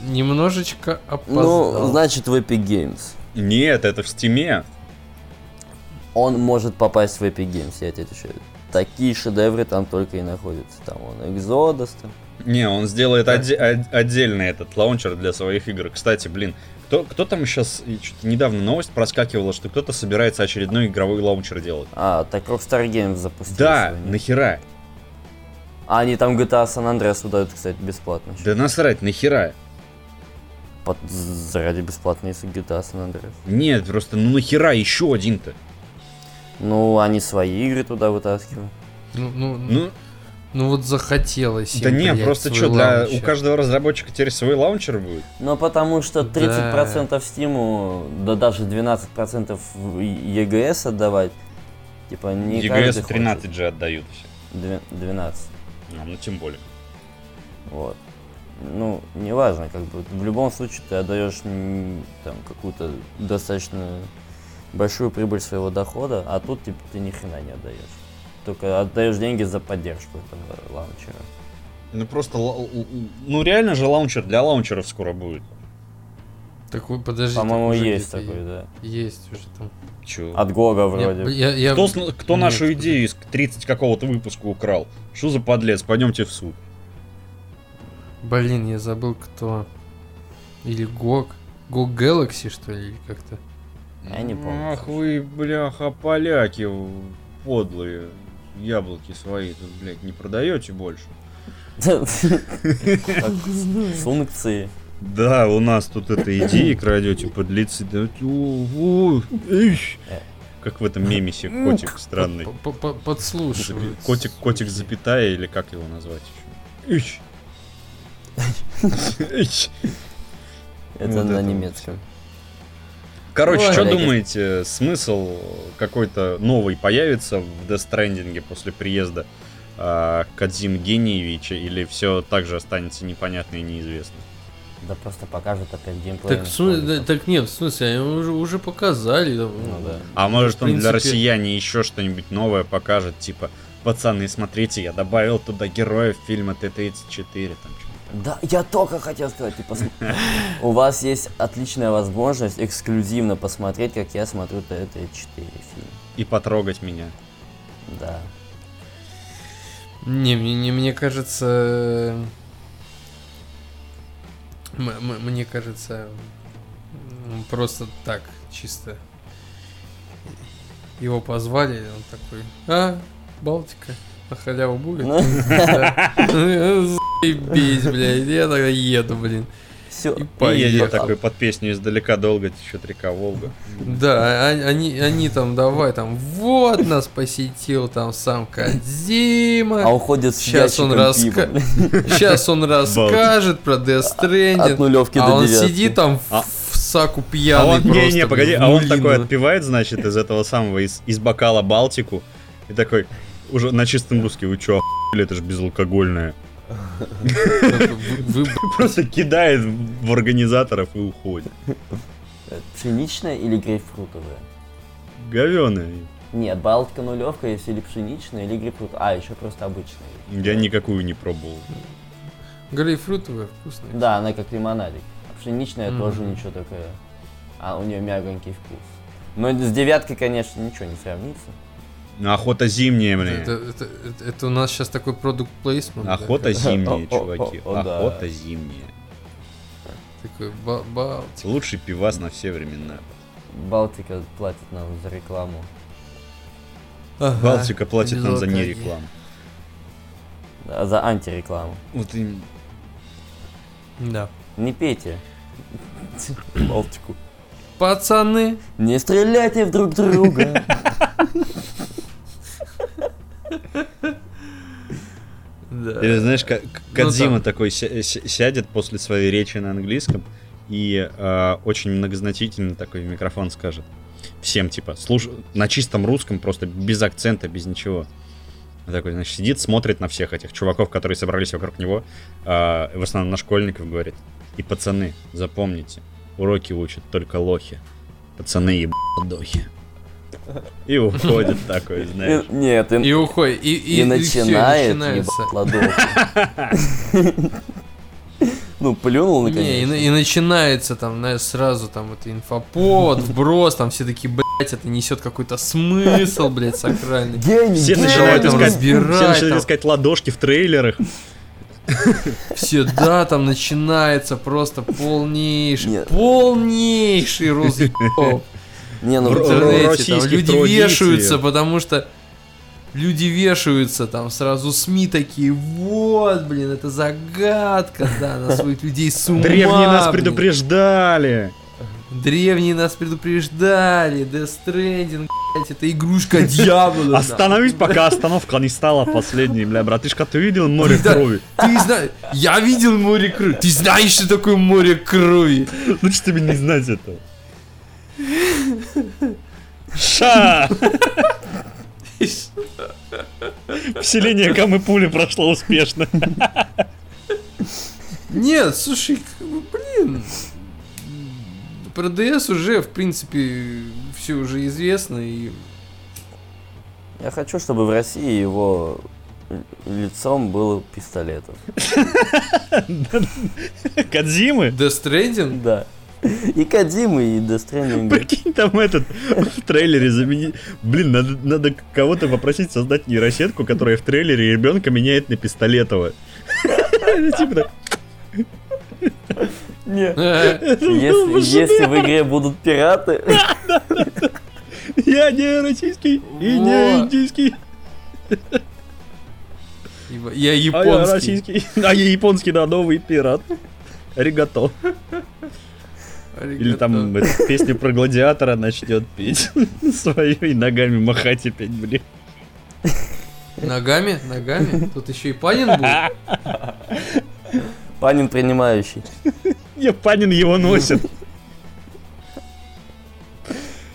[SPEAKER 3] Немножечко
[SPEAKER 2] Ну,
[SPEAKER 3] опоздал.
[SPEAKER 2] значит, в Epic Games.
[SPEAKER 1] Нет, это в стиме.
[SPEAKER 2] Он может попасть в Epic Games, я тебе отвечаю. Такие шедевры там только и находятся. Там он Exodus, там.
[SPEAKER 1] Не, он сделает
[SPEAKER 3] Да.
[SPEAKER 1] отде- од- отдельный этот лаунчер для своих игр. Кстати, блин, кто, кто там сейчас, недавно новость проскакивала, что кто-то собирается очередной игровой лаунчер делать.
[SPEAKER 2] А, так Rockstar Games запустили.
[SPEAKER 1] Да,
[SPEAKER 2] сегодня.
[SPEAKER 1] нахера?
[SPEAKER 2] А они там GTA San Andreas выдают, кстати, бесплатно. ещё.
[SPEAKER 1] Да насрать, нахера?
[SPEAKER 2] Под- з- Ради бесплатной если GTA San Andreas.
[SPEAKER 1] Нет, просто ну нахера еще один-то?
[SPEAKER 2] Ну, они свои игры туда вытаскивают.
[SPEAKER 3] Ну, ну,
[SPEAKER 1] Ну,
[SPEAKER 3] ну вот захотелось. им,
[SPEAKER 1] да не,
[SPEAKER 3] блядь,
[SPEAKER 1] просто
[SPEAKER 3] свой
[SPEAKER 1] что, для, у
[SPEAKER 3] лаунчер.
[SPEAKER 1] каждого разработчика теперь свой лаунчер будет?
[SPEAKER 2] Ну, потому что
[SPEAKER 3] Да.
[SPEAKER 2] 30% стиму, да даже 12% в EGS отдавать, типа, не каждый
[SPEAKER 1] EGS
[SPEAKER 2] хочет.
[SPEAKER 1] 13 же отдают все.
[SPEAKER 2] Две- 12,
[SPEAKER 1] Ну, ну, тем более.
[SPEAKER 2] вот. Ну, неважно, как бы, в любом случае ты отдаешь м, там какую-то достаточно большую прибыль своего дохода, а тут, типа, ты ни хрена не отдаешь. Только отдаешь деньги за поддержку этого лаунчера.
[SPEAKER 1] Ну просто, ла- л- л- ну реально же лаунчер для лаунчеров скоро будет.
[SPEAKER 3] Такой, подожди.
[SPEAKER 2] По-моему,
[SPEAKER 3] там уже
[SPEAKER 2] есть
[SPEAKER 3] где-то
[SPEAKER 2] такой, да.
[SPEAKER 3] Есть уже там.
[SPEAKER 1] Чё?
[SPEAKER 2] От Гога вроде.
[SPEAKER 3] Я- я- я-
[SPEAKER 1] Кто, с- кто
[SPEAKER 3] Нет,
[SPEAKER 1] нашу
[SPEAKER 3] подожди.
[SPEAKER 1] идею из 30 какого-то выпуска украл? Что за подлец? Пойдемте в суд.
[SPEAKER 3] Блин, я забыл, кто. Или Гог. Гог Galaxy, что ли, или как-то.
[SPEAKER 2] Я не помню.
[SPEAKER 1] Ах вы, бляха, поляки подлые. Яблоки свои тут, блядь, не продаете больше.
[SPEAKER 2] Так, Функции.
[SPEAKER 1] Да, у нас тут это идеи крадете подлецы. Да, о, о, эйщ.
[SPEAKER 2] Э.
[SPEAKER 1] Как в этом мемисе котик странный.
[SPEAKER 3] П- п- Подслушивают.
[SPEAKER 1] Котик, котик запятая или как его назвать еще? Эйщ. Эйщ.
[SPEAKER 2] Это
[SPEAKER 1] Вот это
[SPEAKER 2] на
[SPEAKER 1] вот
[SPEAKER 2] немецком.
[SPEAKER 1] Короче,
[SPEAKER 3] Ой.
[SPEAKER 1] что
[SPEAKER 2] Коллеги.
[SPEAKER 1] думаете, смысл какой-то новый появится в Death Stranding после приезда а, Кадзим Гениевича или все так же останется непонятно и неизвестно?
[SPEAKER 2] Да просто покажут опять геймплей.
[SPEAKER 3] Так, в смы- да, так нет, в смысле, они уже, уже показали. да, ну,
[SPEAKER 2] да.
[SPEAKER 1] А может он для
[SPEAKER 3] принципе-
[SPEAKER 1] россияне еще что-нибудь новое покажет, типа, пацаны, смотрите, я добавил туда героев фильма Т-34, там что-то.
[SPEAKER 2] Да, я только хотел сказать, типа, см- у вас есть отличная возможность эксклюзивно посмотреть, как я смотрю ТТ-4 фильм.
[SPEAKER 1] И потрогать меня.
[SPEAKER 2] Да.
[SPEAKER 3] Не, мне, не- мне кажется... м- м- мне кажется... м, Просто так, чисто. Его позвали, и он такой... А, Балтика, на халяву будет?
[SPEAKER 2] Ну,
[SPEAKER 3] Да. Заебись, блядь, я тогда еду, блин.
[SPEAKER 2] все.
[SPEAKER 1] И
[SPEAKER 3] И
[SPEAKER 1] едет
[SPEAKER 3] поехал.
[SPEAKER 1] такой под песню издалека долго течет река Волга.
[SPEAKER 3] Да, а- а- они, они там, давай, там, вот нас посетил там сам
[SPEAKER 2] А
[SPEAKER 3] Кадзима.
[SPEAKER 2] уходит с
[SPEAKER 3] Щас он
[SPEAKER 2] ящиком
[SPEAKER 3] раска-
[SPEAKER 2] пива.
[SPEAKER 3] Сейчас он расскажет про Death
[SPEAKER 2] От
[SPEAKER 3] Stranding.
[SPEAKER 2] нулевки
[SPEAKER 3] А
[SPEAKER 2] до
[SPEAKER 3] он
[SPEAKER 2] девятки.
[SPEAKER 3] сидит там
[SPEAKER 1] А-
[SPEAKER 3] в в саку
[SPEAKER 1] А
[SPEAKER 3] пьяный
[SPEAKER 1] он, не, не,
[SPEAKER 3] просто,
[SPEAKER 1] погоди,
[SPEAKER 3] блин,
[SPEAKER 1] а он
[SPEAKER 3] блин,
[SPEAKER 1] такой
[SPEAKER 3] ну.
[SPEAKER 1] отпивает, значит, из этого самого, из, из бокала Балтику, и такой, уже на чистом русском, вы чё, охуели, это же безалкогольное.
[SPEAKER 3] Вы- вы-
[SPEAKER 1] Просто кидает в организаторов и уходит.
[SPEAKER 2] Пшеничная или грейпфрутовая?
[SPEAKER 1] Говёные.
[SPEAKER 2] Нет, Балтика нулевка, если или пшеничная, или грейпфрутовая. А, еще просто обычная.
[SPEAKER 1] Я никакую не пробовал.
[SPEAKER 3] Грейпфрутовая вкусная.
[SPEAKER 2] Да, она как лимонадик. А пшеничная
[SPEAKER 3] Мгм.
[SPEAKER 2] тоже ничего такое. А у нее мягонький вкус. Но с девяткой, конечно, ничего не сравнится.
[SPEAKER 1] Ну, Охота зимняя,
[SPEAKER 3] Это,
[SPEAKER 1] блин.
[SPEAKER 3] это- это- это у нас сейчас такой продукт плейсмент.
[SPEAKER 1] Охота зимняя,
[SPEAKER 2] ну, О, о, о,
[SPEAKER 1] чуваки.
[SPEAKER 2] о, да.
[SPEAKER 1] Охота зимняя.
[SPEAKER 3] Такой ба- балтик.
[SPEAKER 1] Лучший пивас на все времена.
[SPEAKER 2] Балтика платит нам за рекламу.
[SPEAKER 3] Ага,
[SPEAKER 1] Балтика платит нам за
[SPEAKER 3] обязаловка.
[SPEAKER 1] нерекламу.
[SPEAKER 2] А за антирекламу.
[SPEAKER 1] Вот им-
[SPEAKER 3] Да.
[SPEAKER 2] Не пейте. Балтику.
[SPEAKER 3] Пацаны,
[SPEAKER 2] Не стреляйте в друг друга.
[SPEAKER 3] да.
[SPEAKER 1] Или знаешь, Ка- К-
[SPEAKER 3] Ну,
[SPEAKER 1] Кадзима
[SPEAKER 3] там.
[SPEAKER 1] такой ся- ся- сядет после своей речи на английском и э, очень многозначительно такой в микрофон скажет. Всем, типа, слуш... на чистом русском, просто без акцента, без ничего. Он Такой, значит, сидит, смотрит на всех этих чуваков, которые собрались вокруг него, э, в основном на школьников говорит. И пацаны, запомните, уроки учат только лохи. Пацаны ебадохи. И уходит такой, знаешь.
[SPEAKER 2] И- Нет, и-
[SPEAKER 3] И уходит. И,
[SPEAKER 2] и
[SPEAKER 3] и, и всё, и
[SPEAKER 2] начинает
[SPEAKER 3] начинается.
[SPEAKER 2] ебать ладошку. Ну, плюнул
[SPEAKER 3] Не, и, на-
[SPEAKER 2] наконец.
[SPEAKER 3] и начинается там, знаешь, сразу там это инфоповод, вброс, там все такие, блять, это несет какой-то смысл, блять, сакральный.
[SPEAKER 2] Гений,
[SPEAKER 1] Все
[SPEAKER 2] гений.
[SPEAKER 1] начинают
[SPEAKER 3] там
[SPEAKER 1] искать, все
[SPEAKER 3] разбирать,
[SPEAKER 1] начинают
[SPEAKER 3] там.
[SPEAKER 1] искать ладошки в трейлерах.
[SPEAKER 3] Все, да, там начинается просто полнейший,
[SPEAKER 2] Нет.
[SPEAKER 3] полнейший разъеб.
[SPEAKER 2] Не, ну
[SPEAKER 1] В-
[SPEAKER 3] в
[SPEAKER 1] Ро-
[SPEAKER 3] интернете. Там
[SPEAKER 1] российских
[SPEAKER 3] люди
[SPEAKER 1] традиций.
[SPEAKER 3] вешаются, потому что люди вешаются, там сразу СМИ такие, вот, блин, это загадка, да, на своих людей с ума.
[SPEAKER 1] Древние нас
[SPEAKER 3] блин.
[SPEAKER 1] предупреждали.
[SPEAKER 3] Древние нас предупреждали, Death Stranding, блядь, это игрушка дьявола.
[SPEAKER 1] А
[SPEAKER 3] да.
[SPEAKER 1] Остановись, пока остановка не стала последней, бля, братишка, ты видел море
[SPEAKER 3] Да.
[SPEAKER 1] крови?
[SPEAKER 3] Ты знаешь, я видел море крови, ты знаешь, что такое море крови.
[SPEAKER 1] Лучше Ну, тебе не знать этого. Ша! Вселение камы пули прошло успешно.
[SPEAKER 3] Нет, слушай, как бы, блин. Про ДС уже, в принципе, все уже известно. И...
[SPEAKER 2] Я хочу, чтобы в России его л- лицом было пистолетов.
[SPEAKER 1] Кадзимы?
[SPEAKER 3] Death Stranding?
[SPEAKER 2] Да. И Кадзимы, и Дестрендинг.
[SPEAKER 1] Прикинь, там этот в трейлере заменить. Блин, надо, надо кого-то попросить создать нейросетку, которая в трейлере ребенка меняет на пистолетова. Типа так,
[SPEAKER 2] Нет.
[SPEAKER 3] Э,
[SPEAKER 1] Ну,
[SPEAKER 2] Если, если в игре будут пираты,
[SPEAKER 1] Я не российский и не
[SPEAKER 3] Вот.
[SPEAKER 1] индийский.
[SPEAKER 3] ибо Я
[SPEAKER 1] А я
[SPEAKER 3] японский.
[SPEAKER 1] российский. А я японский, да, новый пират. Ригато.
[SPEAKER 3] Аригато.
[SPEAKER 1] Или там э, песню про гладиатора начнет петь свою и ногами махать опять, блин.
[SPEAKER 3] Ногами, ногами. Тут еще и Панин был.
[SPEAKER 2] панин принимающий.
[SPEAKER 1] Не, Панин его носит.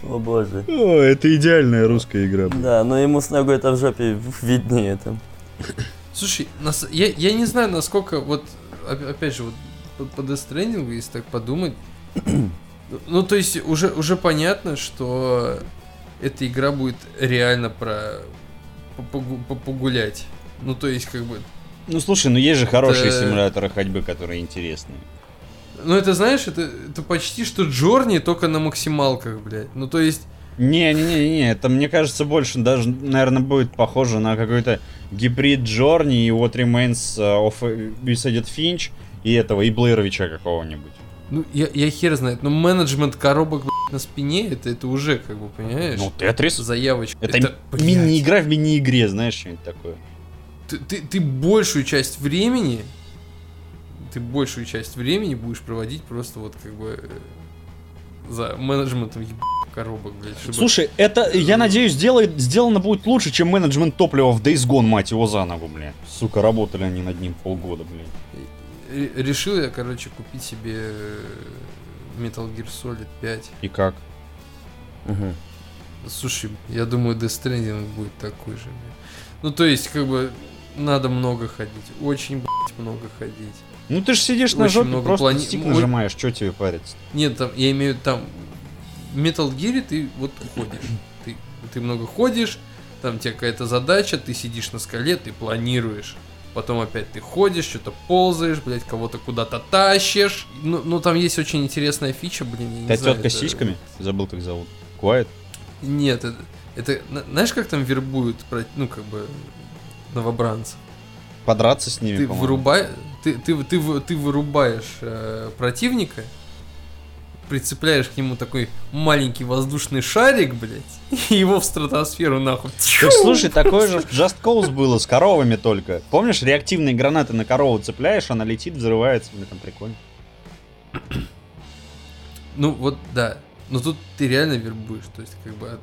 [SPEAKER 2] О боже.
[SPEAKER 1] О, это идеальная русская игра. блин.
[SPEAKER 2] Да, но ему с ногой-то в жопе виднее там.
[SPEAKER 3] Слушай, нас- я, я не знаю, насколько вот, оп- опять же, вот по, по Death Stranding, если так подумать, ну, то есть уже, уже понятно, что эта игра будет реально про попогу- попогулять. Ну, то есть, как бы,
[SPEAKER 1] Ну слушай, ну есть же хорошие
[SPEAKER 3] Да.
[SPEAKER 1] симуляторы ходьбы, которые интересные.
[SPEAKER 3] ну, это, знаешь, это, это почти что Джорни, только на максималках, блядь. Ну, то есть,
[SPEAKER 1] Не-не-не, это мне кажется больше даже, наверное, будет похоже на какой-то гибрид Джорни и What Remains of Dead Finch и этого, и Блэровича какого-нибудь.
[SPEAKER 3] ну, я, я хер знает, но менеджмент коробок, блядь, на спине, это, это уже, как бы, понимаешь?
[SPEAKER 1] Ну, Тетрис.
[SPEAKER 3] заявочка.
[SPEAKER 1] Это,
[SPEAKER 3] блядь.
[SPEAKER 1] мини-игра в мини-игре, знаешь, что-нибудь такое.
[SPEAKER 3] ты, ты, ты большую часть времени ты большую часть времени будешь проводить просто вот как бы э, за менеджментом ебаных коробок, блядь, чтобы-
[SPEAKER 1] Слушай, это, я надеюсь, сделает, сделано будет лучше, чем менеджмент топлива в Days Gone, мать его, за ногу, блин. Сука, работали они над ним полгода, блин.
[SPEAKER 3] Ре- решил я, короче, купить себе э, Metal Gear Solid 5.
[SPEAKER 1] И как?
[SPEAKER 2] Мгм.
[SPEAKER 3] Слушай, я думаю, Death Stranding будет такой же. блядь. Ну, то есть, как бы, надо много ходить. Очень, блядь, много ходить.
[SPEAKER 1] Ну ты же сидишь на
[SPEAKER 3] Очень
[SPEAKER 1] жопе,
[SPEAKER 3] много
[SPEAKER 1] просто
[SPEAKER 3] плани-
[SPEAKER 1] стик
[SPEAKER 3] Ой.
[SPEAKER 1] нажимаешь, что тебе париться?
[SPEAKER 3] Нет, там, я имею в виду, там в Metal Gear ты вот ходишь. Ты, ты много ходишь, там тебе какая-то задача, ты сидишь на скале, ты планируешь. Потом опять ты ходишь, что-то ползаешь, блядь, кого-то куда-то тащишь. Ну, ну, там есть очень интересная фича, блин, я не
[SPEAKER 1] Та
[SPEAKER 3] знаю,
[SPEAKER 1] тетка с
[SPEAKER 3] это-
[SPEAKER 1] сиськами? Забыл, как зовут. Куайт?
[SPEAKER 3] Нет, это, это, на- знаешь, как там вербуют, про- ну, как бы, новобранцев?
[SPEAKER 1] Подраться с ними,
[SPEAKER 3] ты
[SPEAKER 1] по-моему.
[SPEAKER 3] вырубаешь, ты, ты, ты, вы- ты вырубаешь э, противника, прицепляешь к нему такой маленький воздушный шарик, блядь, и его в стратосферу нахуй.
[SPEAKER 1] Так слушай, такое же в Just Cause было с коровами только. Помнишь, реактивные гранаты на корову цепляешь, она летит, взрывается. Блин, там прикольно.
[SPEAKER 3] Ну вот да. Но тут ты реально вербуешь, то есть как бы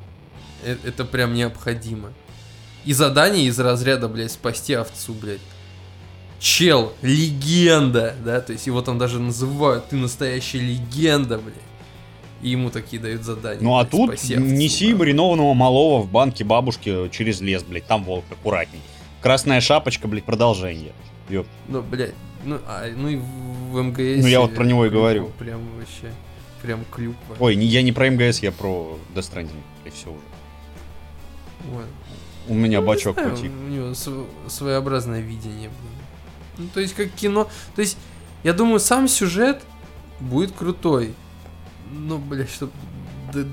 [SPEAKER 3] э- это прям необходимо. И задание из разряда, блядь, спасти овцу, блядь. Чел, легенда, да, то есть его там даже называют, ты настоящая легенда, блядь. И ему такие дают задания.
[SPEAKER 1] Ну а
[SPEAKER 3] блядь,
[SPEAKER 1] тут
[SPEAKER 3] «Спаси овцу»,
[SPEAKER 1] неси
[SPEAKER 3] да.
[SPEAKER 1] маринованного малого в банке бабушки через лес, блядь. Там волк аккуратней. Красная шапочка, блядь, продолжение. Ёп.
[SPEAKER 3] Ну, блядь, ну, а, ну и в в МГС.
[SPEAKER 1] Ну, я вот про него и
[SPEAKER 3] клюква
[SPEAKER 1] говорю.
[SPEAKER 3] Прям вообще, прям клюква.
[SPEAKER 1] Ой, не- я не про МГС, я про Death Stranding. И все уже.
[SPEAKER 3] Вот.
[SPEAKER 1] У меня
[SPEAKER 3] Ну, не
[SPEAKER 1] бачок
[SPEAKER 3] знаю,
[SPEAKER 1] потек.
[SPEAKER 3] У него св- своеобразное видение было. Ну, то есть, как кино. То есть, я думаю, сам сюжет будет крутой. Но, бля, чтобы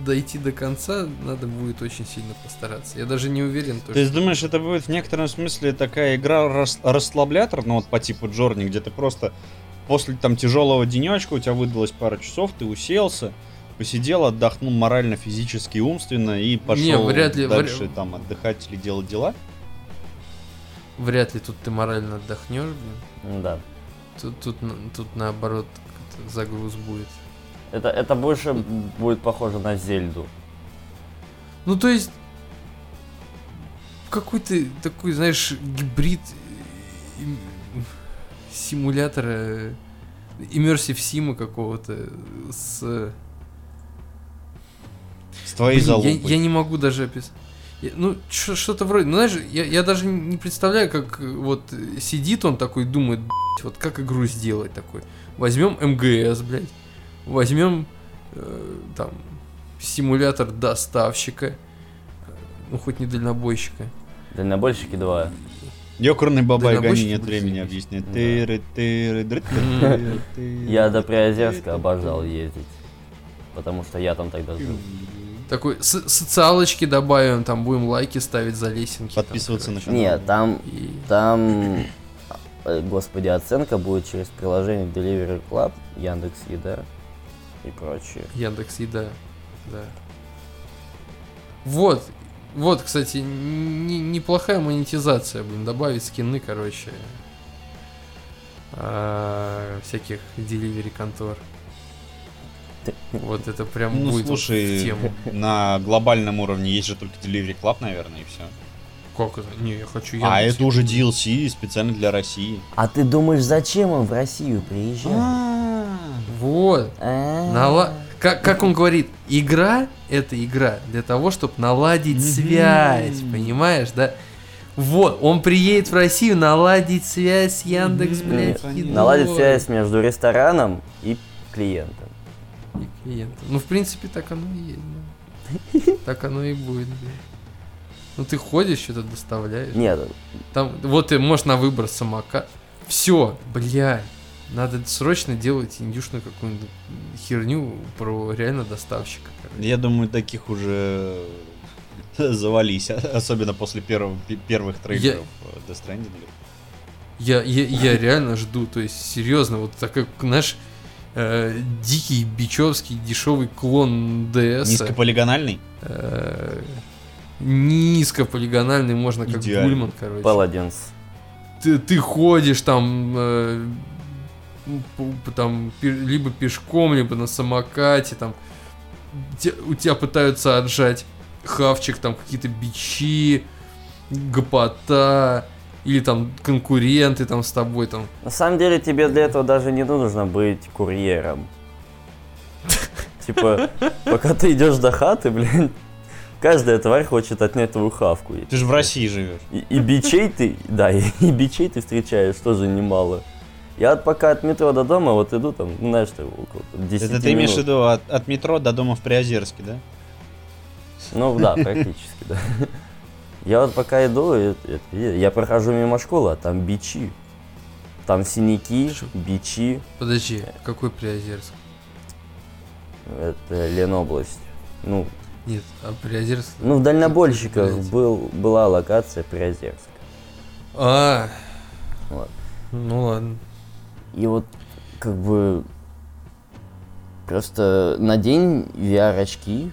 [SPEAKER 3] дойти до конца, надо будет очень сильно постараться. Я даже не уверен, то,
[SPEAKER 1] То
[SPEAKER 3] что
[SPEAKER 1] есть думаешь, это будет в некотором смысле такая игра рас- расслаблятор, ну вот по типу Джорни, где ты просто после там тяжелого денечка у тебя выдалось пара часов, ты уселся, посидел, отдохнул морально, физически, умственно и пошел
[SPEAKER 3] вряд ли,
[SPEAKER 1] дальше
[SPEAKER 3] вря-
[SPEAKER 1] там отдыхать или делать дела.
[SPEAKER 3] вряд ли тут ты морально отдохнешь, блин.
[SPEAKER 2] Да.
[SPEAKER 3] Тут, тут, на- тут наоборот какой-то загруз будет.
[SPEAKER 2] Это, это больше будет похоже на Зельду.
[SPEAKER 3] Ну, то есть, какой-то такой, знаешь, гибрид э, им- симулятора, э, иммерсив сима какого-то с... э,
[SPEAKER 1] С твоей
[SPEAKER 3] блин, я,
[SPEAKER 1] залупой.
[SPEAKER 3] я не могу даже описать. Я- ну, чё- что-то вроде... Ну, знаешь, я, я даже не представляю, как э, вот э, сидит он такой, думает, «Блядь, вот как игру сделать такой. Возьмем МГС, блядь. Возьмем э, там симулятор доставщика. э, Ну, хоть не дальнобойщика.
[SPEAKER 2] Дальнобойщики 2.
[SPEAKER 1] Ёкарный бабай
[SPEAKER 3] Да,
[SPEAKER 1] гони,
[SPEAKER 3] обычно
[SPEAKER 1] нет
[SPEAKER 3] будет
[SPEAKER 1] времени
[SPEAKER 3] сидеть.
[SPEAKER 1] объяснять.
[SPEAKER 2] Да.
[SPEAKER 1] Тыры, тыры, дры,
[SPEAKER 3] Мгм.
[SPEAKER 1] тыры, тыры,
[SPEAKER 2] Я до Приозерска
[SPEAKER 1] тыры,
[SPEAKER 2] обожал
[SPEAKER 1] тыры.
[SPEAKER 2] ездить. Потому что я там тогда жил.
[SPEAKER 3] Такой со- социалочки добавим, там будем лайки ставить за лесенки. там,
[SPEAKER 1] Подписываться на
[SPEAKER 3] короче.
[SPEAKER 1] канал.
[SPEAKER 2] Нет, там,
[SPEAKER 3] И-
[SPEAKER 2] там, э, господи, оценка будет через приложение Delivery Club, Яндекс Еда и прочее.
[SPEAKER 3] Яндекс Еда. Да. Вот. Вот, кстати, н- неплохая монетизация, блин, добавить скины, короче, а, всяких delivery контор. Вот это прям
[SPEAKER 1] Ну,
[SPEAKER 3] будет вот
[SPEAKER 1] слушай,
[SPEAKER 3] в тему.
[SPEAKER 1] На глобальном уровне есть же только Delivery Club, наверное, и все.
[SPEAKER 3] Как это? Не, я хочу
[SPEAKER 1] А
[SPEAKER 3] Яндекс.
[SPEAKER 1] это уже DLC специально для России.
[SPEAKER 2] А ты думаешь, зачем он в Россию приезжает?
[SPEAKER 3] Вот.
[SPEAKER 2] А?
[SPEAKER 3] Нала... Как, как он говорит, игра — это игра для того, чтобы наладить
[SPEAKER 1] Мгм.
[SPEAKER 3] связь, понимаешь, да? Вот, он приедет в Россию наладить связь с Яндекс,
[SPEAKER 1] Мгм.
[SPEAKER 3] блядь,
[SPEAKER 1] Понятно.
[SPEAKER 3] едой.
[SPEAKER 2] Наладить связь между рестораном и клиентом.
[SPEAKER 3] И клиентом. Ну, в принципе, так оно и есть, да. Так оно и будет, блядь. Ну, ты ходишь, что-то доставляешь.
[SPEAKER 2] Нет,
[SPEAKER 3] Там, вот ты можешь на выбор самокат. Все, блядь. Надо срочно делать индюшную какую-нибудь херню про реально доставщика. короче.
[SPEAKER 1] Я думаю, таких уже э, завались, а, особенно после первого- пе- первых трейлеров э, Death Stranding.
[SPEAKER 3] Я, я, я реально жду, то есть, серьезно, вот так как наш э, дикий бичевский дешевый клон ДС.
[SPEAKER 1] Низкополигональный?
[SPEAKER 3] э, низкополигональный, можно как
[SPEAKER 1] Идеально.
[SPEAKER 3] Гульман, короче.
[SPEAKER 2] Паладинс.
[SPEAKER 3] Ты, ты ходишь там, э, п- там пе- либо пешком, либо на самокате, там те- у тебя пытаются отжать хавчик, там какие-то бичи, гопота, или там конкуренты там с тобой там
[SPEAKER 2] На самом деле тебе для этого даже не нужно быть курьером. Типа, пока ты идешь до хаты, блин, каждая тварь хочет отнять твою хавку.
[SPEAKER 1] Ты же в России живешь.
[SPEAKER 2] И, и бичей ты, да, и, и бичей ты встречаешь тоже немало. Я вот пока от метро до дома вот иду там, ну, знаешь, ты около там, 10
[SPEAKER 1] Это ты имеешь в
[SPEAKER 2] минут.
[SPEAKER 1] виду от, от метро до дома в Приозерске, да?
[SPEAKER 2] Ну да, практически, да. Я вот пока иду, и- и- и я прохожу мимо школы, а там бичи. Там синяки,
[SPEAKER 3] Шо?
[SPEAKER 2] бичи,
[SPEAKER 3] Подожди, какой Приозерск?
[SPEAKER 2] это Ленобласть. Ну,
[SPEAKER 3] Нет, а Приозерск...
[SPEAKER 2] ну в дальнобойщиках
[SPEAKER 3] Блядь.
[SPEAKER 2] был, была локация Приозерск.
[SPEAKER 3] А,
[SPEAKER 2] Вот.
[SPEAKER 3] ну ладно.
[SPEAKER 2] И вот, как бы, Просто надень VR-очки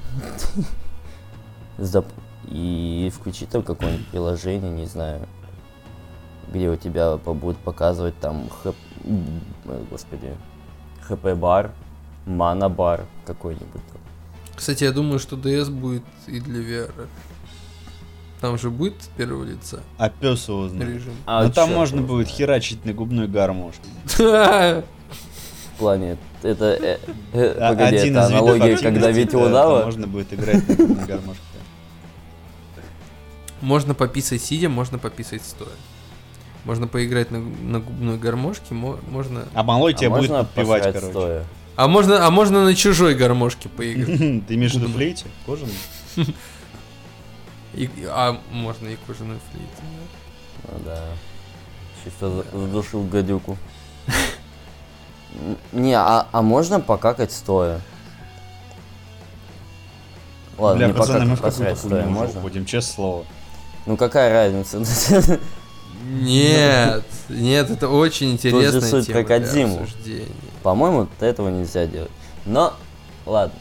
[SPEAKER 2] зап- и включи там какое-нибудь приложение, не знаю, где у тебя по- будет показывать там, хп, ой, господи, хп-бар, мана-бар какой-нибудь. там.
[SPEAKER 3] Кстати, я думаю, что DS будет и для VR. Там же будет с первого лица
[SPEAKER 1] А пес его знает.
[SPEAKER 3] режим.
[SPEAKER 2] А
[SPEAKER 1] ну там
[SPEAKER 2] чёрт
[SPEAKER 1] можно
[SPEAKER 2] его
[SPEAKER 1] будет
[SPEAKER 2] знает.
[SPEAKER 1] херачить на губной гармошке.
[SPEAKER 2] В плане, это, э, э,
[SPEAKER 1] А-
[SPEAKER 2] погоди,
[SPEAKER 1] один
[SPEAKER 2] это
[SPEAKER 1] из видов
[SPEAKER 2] аналогия,
[SPEAKER 1] активности,
[SPEAKER 2] когда Витя
[SPEAKER 1] да,
[SPEAKER 2] Удава?
[SPEAKER 1] Можно будет играть на губной гармошке.
[SPEAKER 3] Можно пописать сидя, можно пописать стоя. Можно поиграть на, на губной гармошке, мо- можно...
[SPEAKER 1] А малой
[SPEAKER 2] А
[SPEAKER 1] тебя будет
[SPEAKER 2] можно
[SPEAKER 1] подпевать,
[SPEAKER 2] посрать
[SPEAKER 1] короче.
[SPEAKER 2] стоя?
[SPEAKER 3] А можно, а можно на чужой гармошке поиграть.
[SPEAKER 1] Ты имеешь в виду
[SPEAKER 3] Губной.
[SPEAKER 1] флейте? Кожаный?
[SPEAKER 3] И- а можно и кожаную флейту. да.
[SPEAKER 2] Ну да. Чисто за- задушил гадюку. М, Не, а, а можно покакать стоя? Ладно,
[SPEAKER 1] Бля,
[SPEAKER 2] не
[SPEAKER 1] пацаны, мы в
[SPEAKER 2] покакать,
[SPEAKER 1] какую-то
[SPEAKER 2] посрать стоя
[SPEAKER 1] хуйню уже
[SPEAKER 2] можно?
[SPEAKER 1] уходим, честное слово.
[SPEAKER 2] Ну какая разница?
[SPEAKER 3] Нет, нет, это очень интересная
[SPEAKER 2] суть
[SPEAKER 3] тема для
[SPEAKER 2] крокодила.
[SPEAKER 3] обсуждения.
[SPEAKER 2] По-моему, этого нельзя делать. Но, ладно.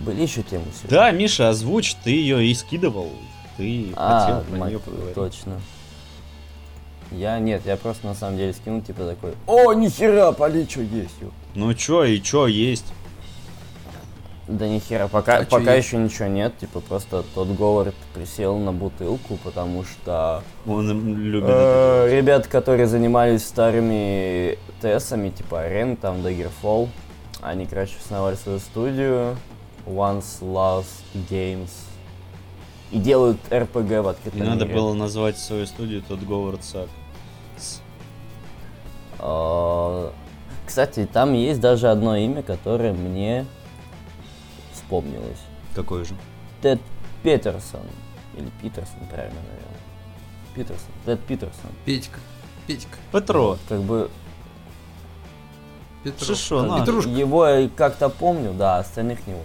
[SPEAKER 2] Были еще темы сегодня?
[SPEAKER 1] Да, Миша, озвучь, ты ее и скидывал. Ты
[SPEAKER 2] А,
[SPEAKER 1] хотел про
[SPEAKER 2] мать
[SPEAKER 1] нее
[SPEAKER 2] твою,
[SPEAKER 1] поговорить.
[SPEAKER 2] точно. Я нет, я просто на самом деле скинул, типа такой, о, нихера, поличу есть. ёп».
[SPEAKER 1] Ну чё, и чё есть?
[SPEAKER 2] Да нихера, пока,
[SPEAKER 3] А чё
[SPEAKER 2] пока
[SPEAKER 3] есть?
[SPEAKER 2] еще ничего нет, типа просто тот Говард присел на бутылку, потому что
[SPEAKER 1] Он м, любит это.
[SPEAKER 2] э, ребят, которые занимались старыми ТСами, типа Рен, там, Daggerfall, они, короче, основали свою студию Once Last Games и делают РПГ в
[SPEAKER 1] И
[SPEAKER 2] открытом
[SPEAKER 1] надо
[SPEAKER 2] мире.
[SPEAKER 1] было назвать свою студию тот Говард Сак. С-
[SPEAKER 2] А, Кстати, там есть даже одно имя, которое мне вспомнилось.
[SPEAKER 1] Какой же?
[SPEAKER 2] Тед Петерсон. Или Питерсон, правильно, наверное. Питерсон. Тед Питерсон.
[SPEAKER 3] Петька, Петька,
[SPEAKER 1] Петро.
[SPEAKER 2] Как бы
[SPEAKER 3] Петров.
[SPEAKER 1] Шишо,
[SPEAKER 2] как бы
[SPEAKER 1] надо.
[SPEAKER 3] Петрушка.
[SPEAKER 2] его я как-то помню, да, а остальных не очень.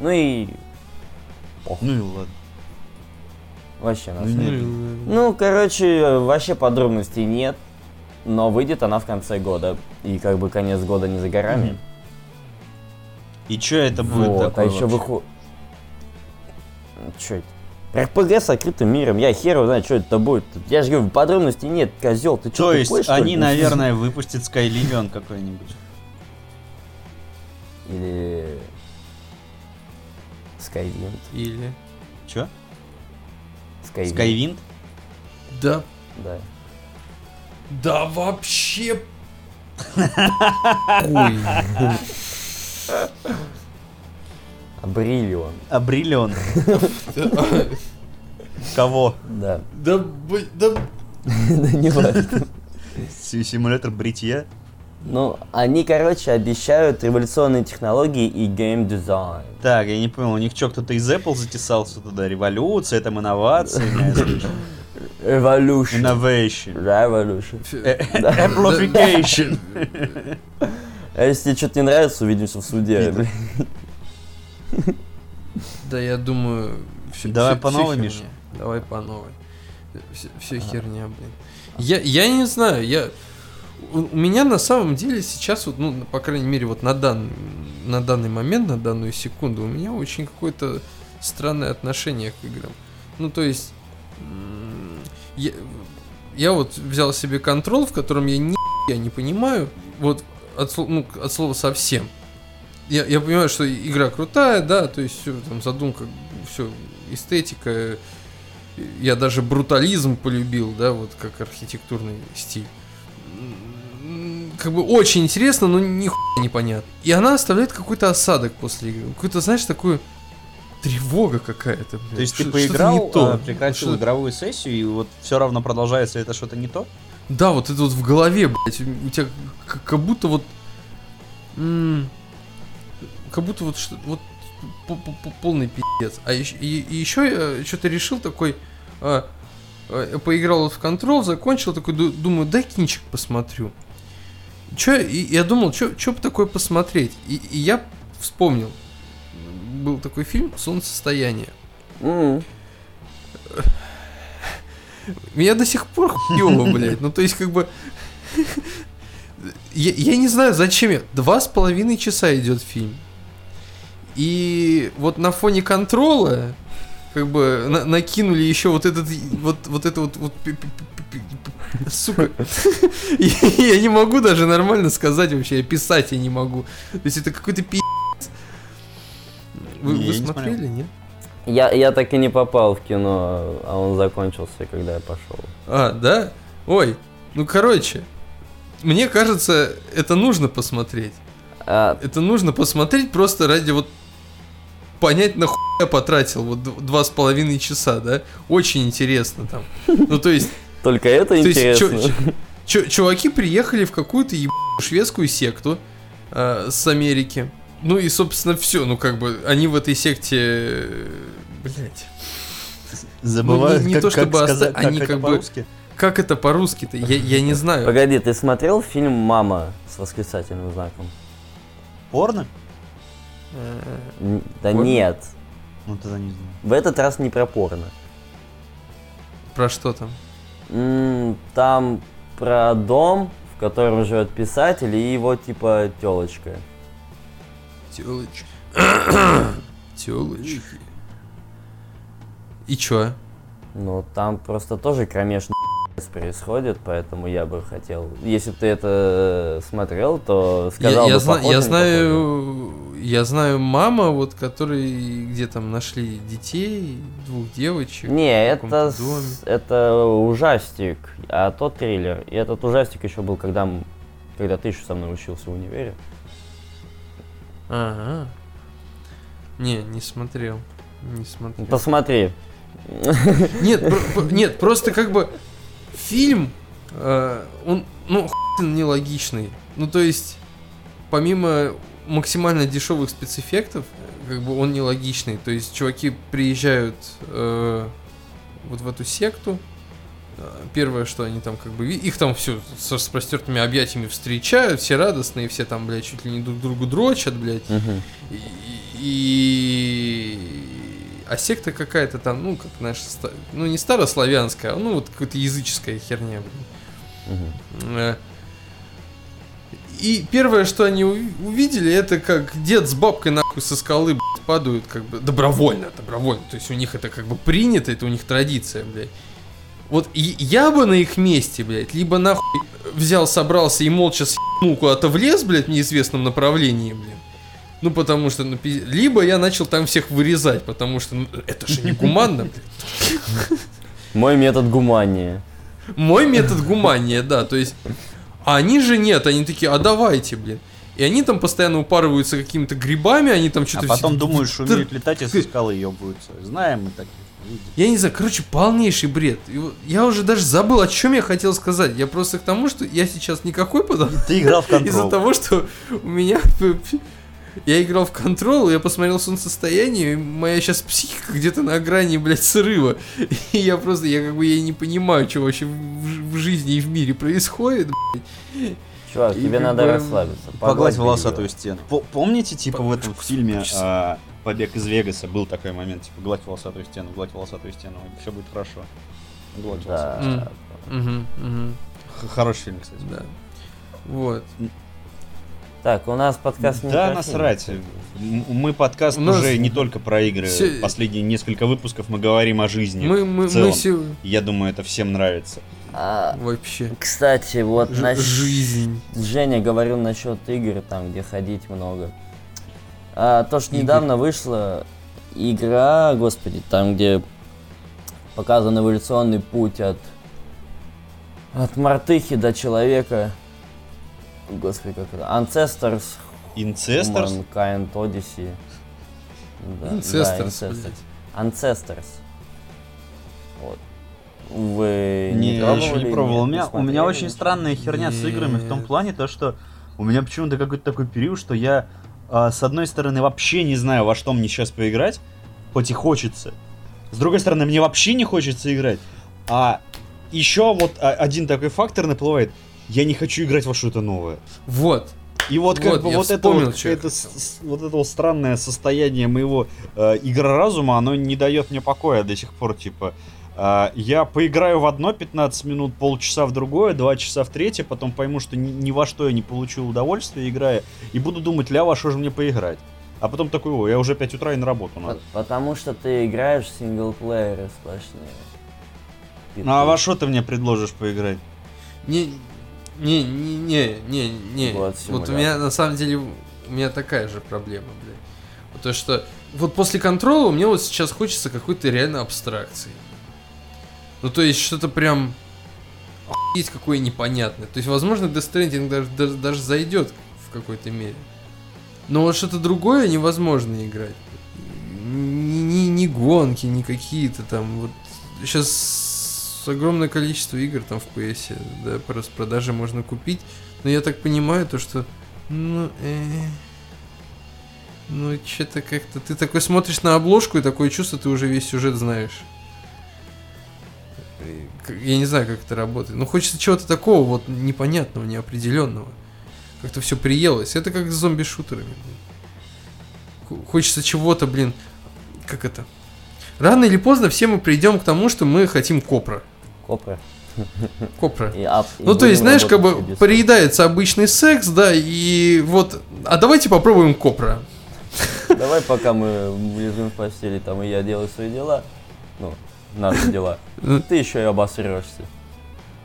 [SPEAKER 2] Ну и
[SPEAKER 1] Ну и ладно.
[SPEAKER 2] вообще на
[SPEAKER 1] Ну,
[SPEAKER 2] самом-
[SPEAKER 1] нет.
[SPEAKER 2] Ну, короче, вообще подробностей нет. Но выйдет она в конце года. И как бы конец года не за горами.
[SPEAKER 1] И чё это будет
[SPEAKER 2] вот,
[SPEAKER 1] такое
[SPEAKER 2] а
[SPEAKER 1] вообще?
[SPEAKER 2] еще выходит... Че это? РПГ с открытым миром, я хер его знаю, что это будет. Я же говорю, подробностей нет, козел, ты что,
[SPEAKER 1] То есть они, наверное, выпустят Skyrim какой-нибудь.
[SPEAKER 2] Или... Skyrim.
[SPEAKER 3] Или...
[SPEAKER 1] Чё?
[SPEAKER 2] Skyrim.
[SPEAKER 1] Skywind?
[SPEAKER 3] Да,
[SPEAKER 2] Да.
[SPEAKER 3] да вообще... Ой.
[SPEAKER 2] Абрилион.
[SPEAKER 1] Абриллион. Кого?
[SPEAKER 2] Да.
[SPEAKER 3] Да, бы- да,
[SPEAKER 2] да не важно.
[SPEAKER 1] Си- Симулятор бритья?
[SPEAKER 2] Ну, они, короче, обещают революционные технологии и геймдизайн.
[SPEAKER 1] Так, я не понял, у них чё, кто-то из Apple затесался туда? Революция, там инновации, я слышу.
[SPEAKER 2] Revolution.
[SPEAKER 1] Innovation. Э,
[SPEAKER 2] Revolution.
[SPEAKER 3] фе-
[SPEAKER 1] Application.
[SPEAKER 2] А если тебе что-то не нравится, увидимся в суде. блин.
[SPEAKER 3] Да, я думаю, все.
[SPEAKER 1] Давай по новой, Миша.
[SPEAKER 3] Давай по новой. Все, херня, блин. Я, я не знаю, я. У у меня на самом деле сейчас, вот, ну, по крайней мере, вот на данный, на данный момент, на данную секунду, у меня очень какое-то странное отношение к играм. Ну, то есть, м, я, я вот взял себе контрол, в котором я ни я не понимаю, вот от, сло- ну, от слова совсем. Я, я понимаю, что игра крутая, да, то есть все, там задумка, все, эстетика. Я даже брутализм полюбил, да, вот как архитектурный стиль. М, Как бы очень интересно, но нихуя непонятно. И она оставляет какой-то осадок после игры. Какую-то, знаешь, такую тревога какая-то. блин.
[SPEAKER 1] То есть ты
[SPEAKER 3] Что- что-то
[SPEAKER 1] поиграл,
[SPEAKER 3] не то.
[SPEAKER 1] а, прекратил
[SPEAKER 3] Что-то-
[SPEAKER 1] игровую сессию, и вот все равно продолжается это что-то не то?
[SPEAKER 3] Да, вот это вот в голове, блядь, у тебя к- как будто вот... м, Как будто вот что вот по- по- по- полный пиздец. А еще, и, еще я что-то решил такой... а, а, поиграл вот в Control, закончил, такой ду- думаю, дай кинчик посмотрю. Чё, и, я думал, что бы такое посмотреть? И, и я вспомнил. Был такой фильм «Солнцестояние».
[SPEAKER 2] М.
[SPEAKER 3] Меня до сих пор хуёво, блядь. Ну, то есть, как бы... Я, я не знаю, зачем я. Два с половиной часа идет фильм. И вот на фоне контрола, как бы, на- накинули еще вот этот, вот, вот это вот, вот пи- пи- пи- пи- пи- сука. Я я не могу даже нормально сказать вообще, я писать я не могу. То есть это какой-то пи***ц. Вы,
[SPEAKER 1] Не,
[SPEAKER 3] вы
[SPEAKER 1] я не смотрел.
[SPEAKER 3] смотрели, нет?
[SPEAKER 2] Я, я так и не попал в кино, а он закончился, когда я пошел.
[SPEAKER 3] А, да? Ой, ну короче, мне кажется, это нужно посмотреть.
[SPEAKER 2] А,
[SPEAKER 3] Это нужно посмотреть просто ради вот понять, нахуй я потратил вот д- два с половиной часа, да? Очень интересно там. Ну, то есть,
[SPEAKER 2] только это
[SPEAKER 3] то есть
[SPEAKER 2] интересно.
[SPEAKER 3] чу- чу- чуваки приехали в какую-то ебаную шведскую секту э, с Америки. Ну и, собственно, все. Ну, как бы, они в этой секте... Блять.
[SPEAKER 4] Забывают,
[SPEAKER 3] Ну, не- не
[SPEAKER 4] как,
[SPEAKER 3] то,
[SPEAKER 4] как
[SPEAKER 3] чтобы оста-
[SPEAKER 4] сказать, как
[SPEAKER 3] они
[SPEAKER 4] это
[SPEAKER 3] как бы-
[SPEAKER 4] по-русски.
[SPEAKER 3] Как это по-русски-то? Я, я не знаю.
[SPEAKER 2] Погоди, ты смотрел фильм «Мама» с восклицательным знаком?
[SPEAKER 4] Порно?
[SPEAKER 3] Э,
[SPEAKER 2] Н- Да
[SPEAKER 3] Порно?
[SPEAKER 2] нет.
[SPEAKER 4] Ну, тогда не знаю.
[SPEAKER 2] В этот раз не про порно.
[SPEAKER 3] Про что там?
[SPEAKER 2] М, Там про дом, в котором живет писатель, и его типа телочка.
[SPEAKER 3] Телочки. Телочки. И чё?
[SPEAKER 2] Ну, там просто тоже кромешный пи***ц происходит, поэтому я бы хотел... Если бы ты это э, смотрел, то
[SPEAKER 3] Я,
[SPEAKER 2] сказал
[SPEAKER 3] я
[SPEAKER 2] бы
[SPEAKER 3] зна-
[SPEAKER 2] похоже,
[SPEAKER 3] я
[SPEAKER 2] не похоже.
[SPEAKER 3] знаю, я знаю мама, вот которой где там нашли детей, двух девочек.
[SPEAKER 2] Не,
[SPEAKER 3] в каком-то
[SPEAKER 2] это, с-
[SPEAKER 3] доме.
[SPEAKER 2] это ужастик, а тот триллер. И этот ужастик еще был, когда, м- когда ты еще со мной учился в универе.
[SPEAKER 3] Ага. Не, не смотрел. Не смотрел.
[SPEAKER 2] Ну, Посмотри.
[SPEAKER 3] Нет, про- про- нет, просто как бы фильм, э, он, ну, хуй нелогичный. Ну, то есть, помимо максимально дешевых спецэффектов, э, как бы он нелогичный. То есть, чуваки приезжают э, вот в эту секту. Э, Первое, что они там как бы... ви- Их там все с распростертыми объятиями встречают, все радостные, все там, блядь, чуть ли не друг другу дрочат, блядь.
[SPEAKER 2] Мгм.
[SPEAKER 3] И- И... А секта какая-то там, ну, как наша... ста- Ну, не старославянская, а, ну, вот какая-то языческая херня, блин.
[SPEAKER 2] Мгм.
[SPEAKER 3] Э, И первое, что они уви- увидели, это как дед с бабкой нахуй со скалы блядь, падают, как бы добровольно, добровольно. То есть у них это как бы принято, это у них традиция, блядь. Вот и- я бы на их месте, блядь, либо нахуй взял, собрался и молча съебнул куда-то в лес, блядь, в неизвестном направлении, блин. Ну, потому что, ну, пи- либо я начал там всех вырезать, потому что, ну, это же не гуманно, блядь.
[SPEAKER 2] Мой метод гумании.
[SPEAKER 3] Мой метод гумания, да, то есть... А они же нет, они такие, а давайте, блин. И они там постоянно упарываются какими-то грибами, они там
[SPEAKER 4] А
[SPEAKER 3] что-то...
[SPEAKER 4] потом
[SPEAKER 3] все-
[SPEAKER 4] думаешь,
[SPEAKER 3] ты-
[SPEAKER 4] умеют летать и со скалы ебаются. Знаем мы таких людей.
[SPEAKER 3] Я не знаю, короче, полнейший бред. И вот Я уже даже забыл, о чем я хотел сказать. Я просто к тому, что я сейчас никакой подав...
[SPEAKER 4] Ты играл в
[SPEAKER 3] Из-за
[SPEAKER 4] контрол.
[SPEAKER 3] того, что у меня... Я играл в контрол, я посмотрел солнцестояние, и моя сейчас психика где-то на грани, блядь, срыва. И я просто, я как бы, я не понимаю, что вообще в, в жизни и в мире происходит.
[SPEAKER 2] Чувак,
[SPEAKER 3] И
[SPEAKER 2] тебе
[SPEAKER 3] как
[SPEAKER 2] надо
[SPEAKER 3] бы
[SPEAKER 2] расслабиться.
[SPEAKER 4] Погладь
[SPEAKER 2] погладь
[SPEAKER 4] волосатую
[SPEAKER 2] бельё.
[SPEAKER 4] стену. По- Помните, типа, в этом фильме
[SPEAKER 3] Господи.
[SPEAKER 4] а, «Побег из Вегаса» был такой момент, типа, гладь волосатую стену, гладь волосатую стену, все будет хорошо. Гладь волосатую
[SPEAKER 2] Да.
[SPEAKER 3] М. Мгм, мгм,
[SPEAKER 4] стену. Х- Хороший фильм, кстати.
[SPEAKER 3] да. Вот.
[SPEAKER 2] Так, у нас подкаст не
[SPEAKER 4] Да,
[SPEAKER 2] про фильм. Ну,
[SPEAKER 4] насрать. М- Мы подкаст
[SPEAKER 3] У нас-
[SPEAKER 4] уже не только про игры.
[SPEAKER 3] Всё-
[SPEAKER 1] Последние несколько выпусков мы говорим о жизни.
[SPEAKER 3] Мы, мы,
[SPEAKER 1] в целом.
[SPEAKER 3] мы все...
[SPEAKER 1] Я думаю, это всем нравится.
[SPEAKER 2] А,
[SPEAKER 3] Вообще.
[SPEAKER 2] Кстати, вот
[SPEAKER 3] Ж-
[SPEAKER 2] насчет-
[SPEAKER 3] жизнь.
[SPEAKER 2] Женя говорил насчет игр, там, где ходить много. А, то, что недавно вышла игра, господи, там, где показан эволюционный путь от, от мартыхи до человека. Господи, как это? Ancestors
[SPEAKER 1] Инцесторс?
[SPEAKER 2] Mankind Odyssey. Да, да,
[SPEAKER 3] Инцесторс,
[SPEAKER 2] Ancestors.
[SPEAKER 3] блядь.
[SPEAKER 2] Ancestors. Вот. Вы не,
[SPEAKER 4] Не, я
[SPEAKER 2] пробовали?
[SPEAKER 4] еще не
[SPEAKER 2] Нет,
[SPEAKER 4] пробовал. У
[SPEAKER 2] не
[SPEAKER 4] меня, у
[SPEAKER 2] смотрели
[SPEAKER 4] меня очень
[SPEAKER 2] ничего?
[SPEAKER 4] странная херня с играми в том
[SPEAKER 3] Нет.
[SPEAKER 4] плане, то что у меня почему-то какой-то такой период, что я а, с одной стороны вообще не знаю, во что мне сейчас поиграть, хоть и хочется. С другой стороны, мне вообще не хочется играть. А еще вот а, один такой фактор наплывает. Я не хочу играть во что-то новое.
[SPEAKER 3] Вот.
[SPEAKER 4] И вот как
[SPEAKER 3] Вот,
[SPEAKER 4] бы
[SPEAKER 3] я
[SPEAKER 4] вот это
[SPEAKER 3] вспомнил,
[SPEAKER 4] вот,
[SPEAKER 3] чё я
[SPEAKER 4] это
[SPEAKER 3] хотел.
[SPEAKER 4] с- с- вот это вот странное состояние моего э, игроразума, оно не дает мне покоя до сих пор, типа. э,
[SPEAKER 1] А, Я поиграю в одно 15 минут, полчаса в другое, два часа в третье, потом пойму, что ни, ни во что я не получил удовольствия, играя, и буду думать, ля, во что же мне поиграть. А потом такой, о, я уже 5 утра и на работу надо.
[SPEAKER 2] По- Потому что ты играешь в синглплееры сплошные.
[SPEAKER 1] Ну а во что ты мне предложишь поиграть?
[SPEAKER 3] Не, не, не, не, не, не.
[SPEAKER 2] Вот
[SPEAKER 3] Вот, у
[SPEAKER 2] симулятор.
[SPEAKER 3] меня на самом деле у меня такая же проблема, блядь. Потому что вот после контрола мне вот сейчас хочется какой-то реально абстракции. Ну то есть что-то прям охуеть какое непонятное. То есть возможно Death Stranding даже, даже, даже зайдет в какой-то мере. Но вот что-то другое невозможно играть. Ни, ни- ни гонки, ни какие-то там вот сейчас огромное количество игр там в PS, да, по распродаже можно купить. Но я так понимаю, то что, ну, э, ну, что-то как-то... Ты такой смотришь на обложку, и такое чувство, ты уже весь сюжет знаешь. Э, к- Я не знаю, как это работает. Но хочется чего-то такого вот непонятного, неопределенного. Как-то все приелось. Это как с зомби-шутерами. блин. Хо- Хочется чего-то, блин. Как это? Рано или поздно все мы придем к тому, что мы хотим копра.
[SPEAKER 2] Копы.
[SPEAKER 3] Копра.
[SPEAKER 2] И ап- и
[SPEAKER 3] Ну, то
[SPEAKER 2] будем
[SPEAKER 3] есть, знаешь, как бы
[SPEAKER 2] работать без-
[SPEAKER 3] приедается обычный секс, да, и вот... А давайте попробуем копра.
[SPEAKER 2] Давай, пока мы лежим в постели, там и я делаю свои дела. Ну, наши дела. Ты еще и обосрешься.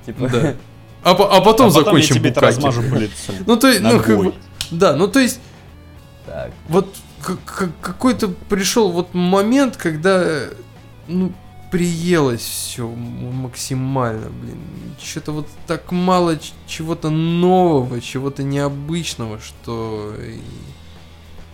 [SPEAKER 2] Типа,
[SPEAKER 3] Да. А, по- а потом
[SPEAKER 1] а потом я
[SPEAKER 3] закончим
[SPEAKER 1] тебе это
[SPEAKER 3] букаки.
[SPEAKER 1] размажу по лицу.
[SPEAKER 3] Ну, то есть, ну, как
[SPEAKER 1] Ногой.
[SPEAKER 3] бы- да, ну, то есть,
[SPEAKER 2] так.
[SPEAKER 3] вот к- к- какой-то пришел вот момент, когда, э, ну, приелось все максимально, блин. Что-то вот так мало ч- чего-то нового, чего-то необычного, что и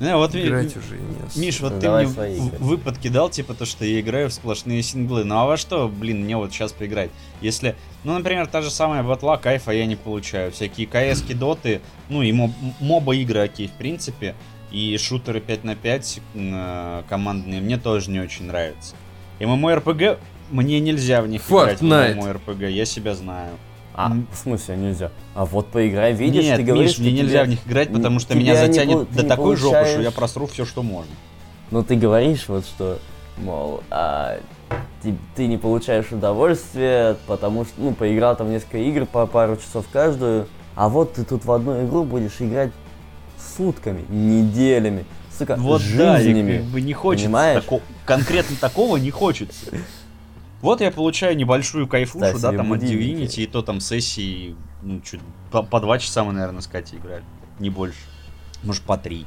[SPEAKER 1] Не, Э, вот ви-
[SPEAKER 3] играть уже и не особо.
[SPEAKER 1] Миш, вот ты
[SPEAKER 2] Давай
[SPEAKER 1] мне
[SPEAKER 2] свои
[SPEAKER 1] в-
[SPEAKER 2] игры.
[SPEAKER 1] выпад кидал, типа то, что я играю в сплошные синглы. Ну а во что, блин, мне вот сейчас поиграть? Если, ну, например, та же самая батла, кайфа я не получаю. Всякие кс доты, ну и моб- моба игры окей, в принципе. И шутеры 5 на 5 э, командные мне тоже не очень нравятся. ММО-РПГ, мне нельзя в них играть.
[SPEAKER 3] Fortnite.
[SPEAKER 1] В РПГ, я себя знаю.
[SPEAKER 2] А,
[SPEAKER 1] М.
[SPEAKER 2] в смысле нельзя? А вот поиграй, видишь,
[SPEAKER 1] Нет,
[SPEAKER 2] ты говоришь,
[SPEAKER 1] Миш, мне
[SPEAKER 2] что
[SPEAKER 1] нельзя
[SPEAKER 2] тебе-
[SPEAKER 1] в них играть, потому что меня
[SPEAKER 2] тебя не пол-
[SPEAKER 1] затянет
[SPEAKER 2] ты
[SPEAKER 1] до
[SPEAKER 2] не
[SPEAKER 1] такой жопы, что я
[SPEAKER 2] получаешь.
[SPEAKER 1] просру все, что можно.
[SPEAKER 2] Ну, ты говоришь вот что, мол, а, ты, ты не получаешь удовольствия, потому что, ну, поиграл там несколько игр по пару часов каждую, а вот ты тут в одну игру будешь играть сутками, неделями, сука,
[SPEAKER 1] Вот да, и
[SPEAKER 2] жизнями.
[SPEAKER 1] как бы не хочется.
[SPEAKER 2] понимаешь?
[SPEAKER 1] тако- конкретно такого не хочется. Вот я получаю небольшую кайфушу,
[SPEAKER 2] Ставь
[SPEAKER 1] да,
[SPEAKER 2] себе
[SPEAKER 1] там от
[SPEAKER 2] будильники.
[SPEAKER 1] Divinity, и то там сессии, ну, чуть, по, по два часа мы, наверное, с Катей играли. Не больше. Может, по три.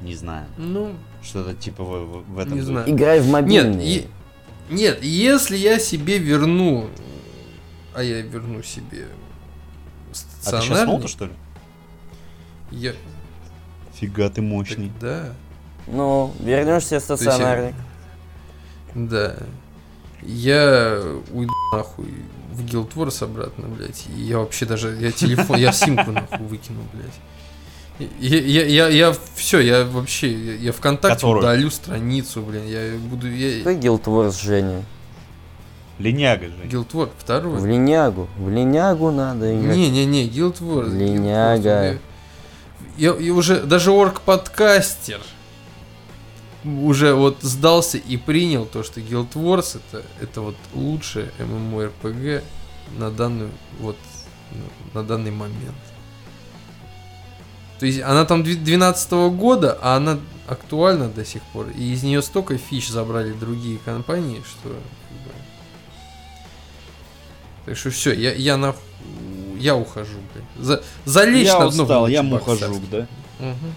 [SPEAKER 1] Не знаю.
[SPEAKER 3] Ну,
[SPEAKER 1] Что-то типа в, в- в этом.
[SPEAKER 3] Не
[SPEAKER 1] духе.
[SPEAKER 3] знаю.
[SPEAKER 2] Играй в мобильные.
[SPEAKER 3] Нет, е- нет, если я себе верну, а я верну себе
[SPEAKER 1] А ты сейчас
[SPEAKER 3] стационарный,
[SPEAKER 1] ноута, что ли?
[SPEAKER 3] я
[SPEAKER 1] Фига ты мощный.
[SPEAKER 3] тогда,
[SPEAKER 2] Ну, вернешься в
[SPEAKER 3] есть,
[SPEAKER 2] стационарный.
[SPEAKER 3] да, я уйду нахуй в Guild Wars обратно, блядь, и я вообще даже, я телефон, я симку нахуй выкину, блядь. Я, я, я, все, я вообще, я, я ВКонтакте
[SPEAKER 1] Которую?
[SPEAKER 3] удалю страницу, блин, я буду, я...
[SPEAKER 2] Ты Guild Wars, Женя.
[SPEAKER 1] Линяга же.
[SPEAKER 3] Guild Wars второй.
[SPEAKER 2] В линягу. В линягу надо играть.
[SPEAKER 3] Не-не-не, Guild Wars.
[SPEAKER 2] Линяга.
[SPEAKER 3] Guild Wars, Я, я- я уже, даже орг-подкастер уже вот сдался и принял то, что Guild Wars это, это вот лучшее MMORPG на данную, вот, ну, на данный момент. То есть она там 2012 года, а она актуальна до сих пор. И из нее столько фич забрали другие компании, что... как бы, Так что все, я, я на... Я ухожу, блядь. За, залечь
[SPEAKER 1] Я
[SPEAKER 3] на дно.
[SPEAKER 1] устал,
[SPEAKER 3] блядь,
[SPEAKER 1] я
[SPEAKER 3] чебоксарский.
[SPEAKER 1] мухожук, да?
[SPEAKER 3] Мгм.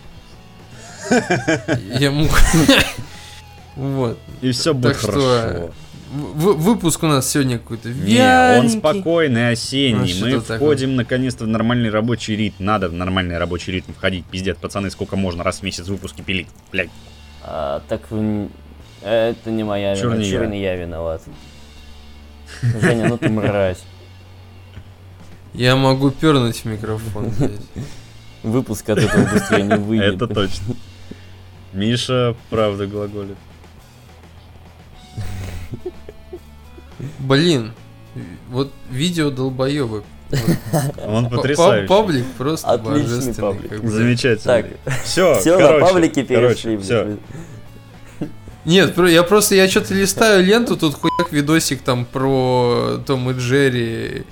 [SPEAKER 3] Я муха. Вот.
[SPEAKER 5] И все будет
[SPEAKER 3] что,
[SPEAKER 5] хорошо.
[SPEAKER 3] В- в- Выпуск у нас сегодня какой-то
[SPEAKER 5] Не, он
[SPEAKER 3] вяленький.
[SPEAKER 5] спокойный,
[SPEAKER 2] А
[SPEAKER 3] Ну,
[SPEAKER 5] осенний.
[SPEAKER 3] что-то
[SPEAKER 5] Мы
[SPEAKER 3] такое.
[SPEAKER 5] входим наконец-то в нормальный рабочий ритм. Надо в нормальный рабочий ритм входить. Пиздец, пацаны, сколько можно раз в месяц выпуски пилить. Блядь.
[SPEAKER 2] А, так м, это не моя
[SPEAKER 5] Чур
[SPEAKER 2] вина,
[SPEAKER 5] не
[SPEAKER 2] чур
[SPEAKER 5] я.
[SPEAKER 2] не я виноват. Женя, ну ты мразь.
[SPEAKER 3] Я могу пернуть в микрофон. блядь.
[SPEAKER 2] Выпуск от этого быстрее не выйдет.
[SPEAKER 5] Это точно. Миша, правда, глаголит.
[SPEAKER 3] Блин, вот видео долбоебок.
[SPEAKER 5] Он
[SPEAKER 3] Па- па-
[SPEAKER 5] потрясающий.
[SPEAKER 3] Паблик просто
[SPEAKER 2] Отличный
[SPEAKER 3] божественный.
[SPEAKER 2] паблик.
[SPEAKER 3] как бы.
[SPEAKER 5] Замечательно.
[SPEAKER 2] Так,
[SPEAKER 5] Все,
[SPEAKER 2] все, на
[SPEAKER 5] короче,
[SPEAKER 2] паблики
[SPEAKER 5] короче,
[SPEAKER 2] перешли.
[SPEAKER 5] всё.
[SPEAKER 2] блин.
[SPEAKER 3] Нет, про- я просто, я что-то листаю ленту, тут хуяк видосик там про Том и Джерри,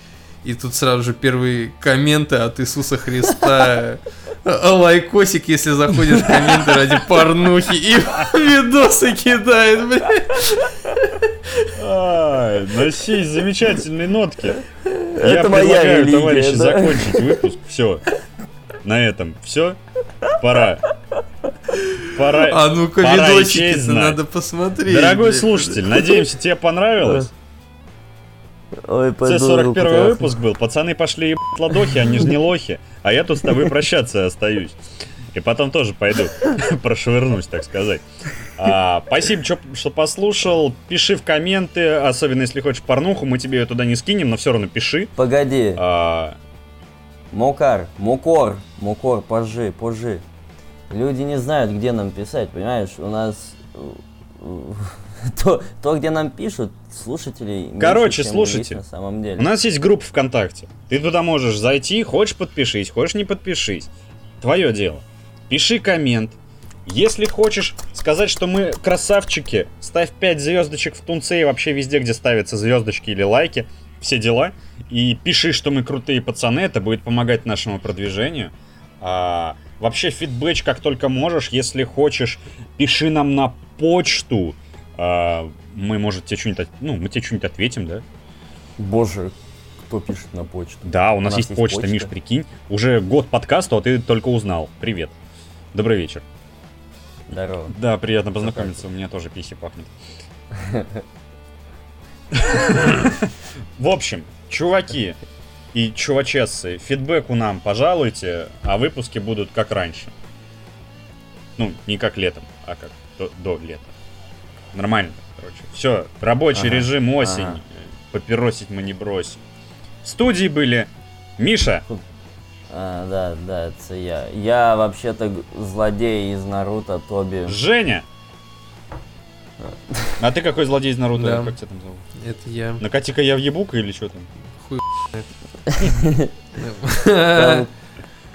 [SPEAKER 3] и тут сразу же первые комменты от Иисуса Христа, А, лайкосик, если заходишь в комменты ради порнухи, и видосы кидает, блядь.
[SPEAKER 1] Ай, На сей замечательной нотке. Я
[SPEAKER 2] Это моя
[SPEAKER 1] предлагаю,
[SPEAKER 2] религия,
[SPEAKER 1] товарищи,
[SPEAKER 2] да?
[SPEAKER 1] закончить выпуск. Все. На этом все. Пора. Пора.
[SPEAKER 3] А ну-ка,
[SPEAKER 1] Пора
[SPEAKER 3] видосики
[SPEAKER 1] исчезнуть.
[SPEAKER 3] надо посмотреть.
[SPEAKER 1] Дорогой
[SPEAKER 3] блядь.
[SPEAKER 1] слушатель, надеемся, тебе понравилось.
[SPEAKER 2] Ой,
[SPEAKER 1] Це
[SPEAKER 2] пойду руку
[SPEAKER 1] 41
[SPEAKER 2] трахну.
[SPEAKER 1] выпуск был. Пацаны пошли ебать ладохи, они же не лохи. А я тут с тобой прощаться остаюсь. И потом тоже пойду прошвырнусь, так сказать. А, спасибо, чё- что послушал. Пиши в комменты, особенно если хочешь порнуху, мы тебе ее туда не скинем, но все равно пиши.
[SPEAKER 2] Погоди,
[SPEAKER 1] А,
[SPEAKER 2] Мокар, Мукор, Мукор, позжи, позжи. Люди не знают, где нам писать, понимаешь? У нас э, э, то, то, где нам пишут, слушателей меньше,
[SPEAKER 1] Короче,
[SPEAKER 2] чем
[SPEAKER 1] слушайте.
[SPEAKER 2] есть на самом деле.
[SPEAKER 1] У нас есть группа ВКонтакте. Ты туда можешь зайти, хочешь подпишись, хочешь не подпишись. Твое дело. Пиши коммент. Если хочешь сказать, что мы красавчики, ставь 5 звездочек в Тунце и вообще везде, где ставятся звездочки или лайки, все дела. И пиши, что мы крутые пацаны, это будет помогать нашему продвижению. А, вообще фидбэч как только можешь, если хочешь, пиши нам на почту. А, мы, может, тебе что-нибудь, от- ну, мы тебе что-нибудь ответим, да?
[SPEAKER 2] Боже, кто пишет на почту?
[SPEAKER 1] Да, у нас, есть, почта, Миш, прикинь. Уже год подкаста, а ты только узнал. Привет. Добрый вечер.
[SPEAKER 2] Здорово.
[SPEAKER 1] Да, приятно познакомиться, у меня тоже писи пахнет. В общем, чуваки и чувачессы, фидбэку нам пожалуйте, а выпуски будут как раньше. Ну, не как летом, а как до, до лета. Нормально, короче. Все, рабочий
[SPEAKER 2] Ага,
[SPEAKER 1] режим, осень.
[SPEAKER 2] ага.
[SPEAKER 1] Э, Папиросить мы не бросим. В студии были Миша,
[SPEAKER 2] А, да, да, это я. Я вообще-то г- злодей из Наруто, Тоби.
[SPEAKER 1] Женя. А ты какой злодей из Наруто?
[SPEAKER 3] Да.
[SPEAKER 1] Как тебя там зовут?
[SPEAKER 3] Это я.
[SPEAKER 1] Накати-ка я в ебука или что там?
[SPEAKER 3] Э,
[SPEAKER 2] Как,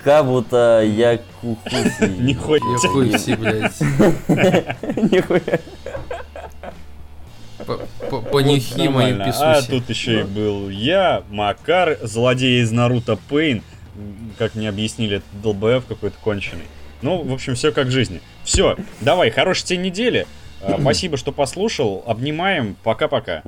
[SPEAKER 2] как будто я кухуси.
[SPEAKER 1] Нихуя.
[SPEAKER 3] Я хуй все, блядь.
[SPEAKER 2] Нихуя.
[SPEAKER 3] По- по- Понюхи мою
[SPEAKER 1] Нормально. А
[SPEAKER 3] писуси.
[SPEAKER 1] тут еще и был я, Макар, злодей из Наруто Пейн. М, Как мне объяснили, это долбоев какой-то конченый. Ну, в общем, все как в жизни. Все, давай, хорошей тебе недели. А, Спасибо, что послушал. Обнимаем. Пока-пока.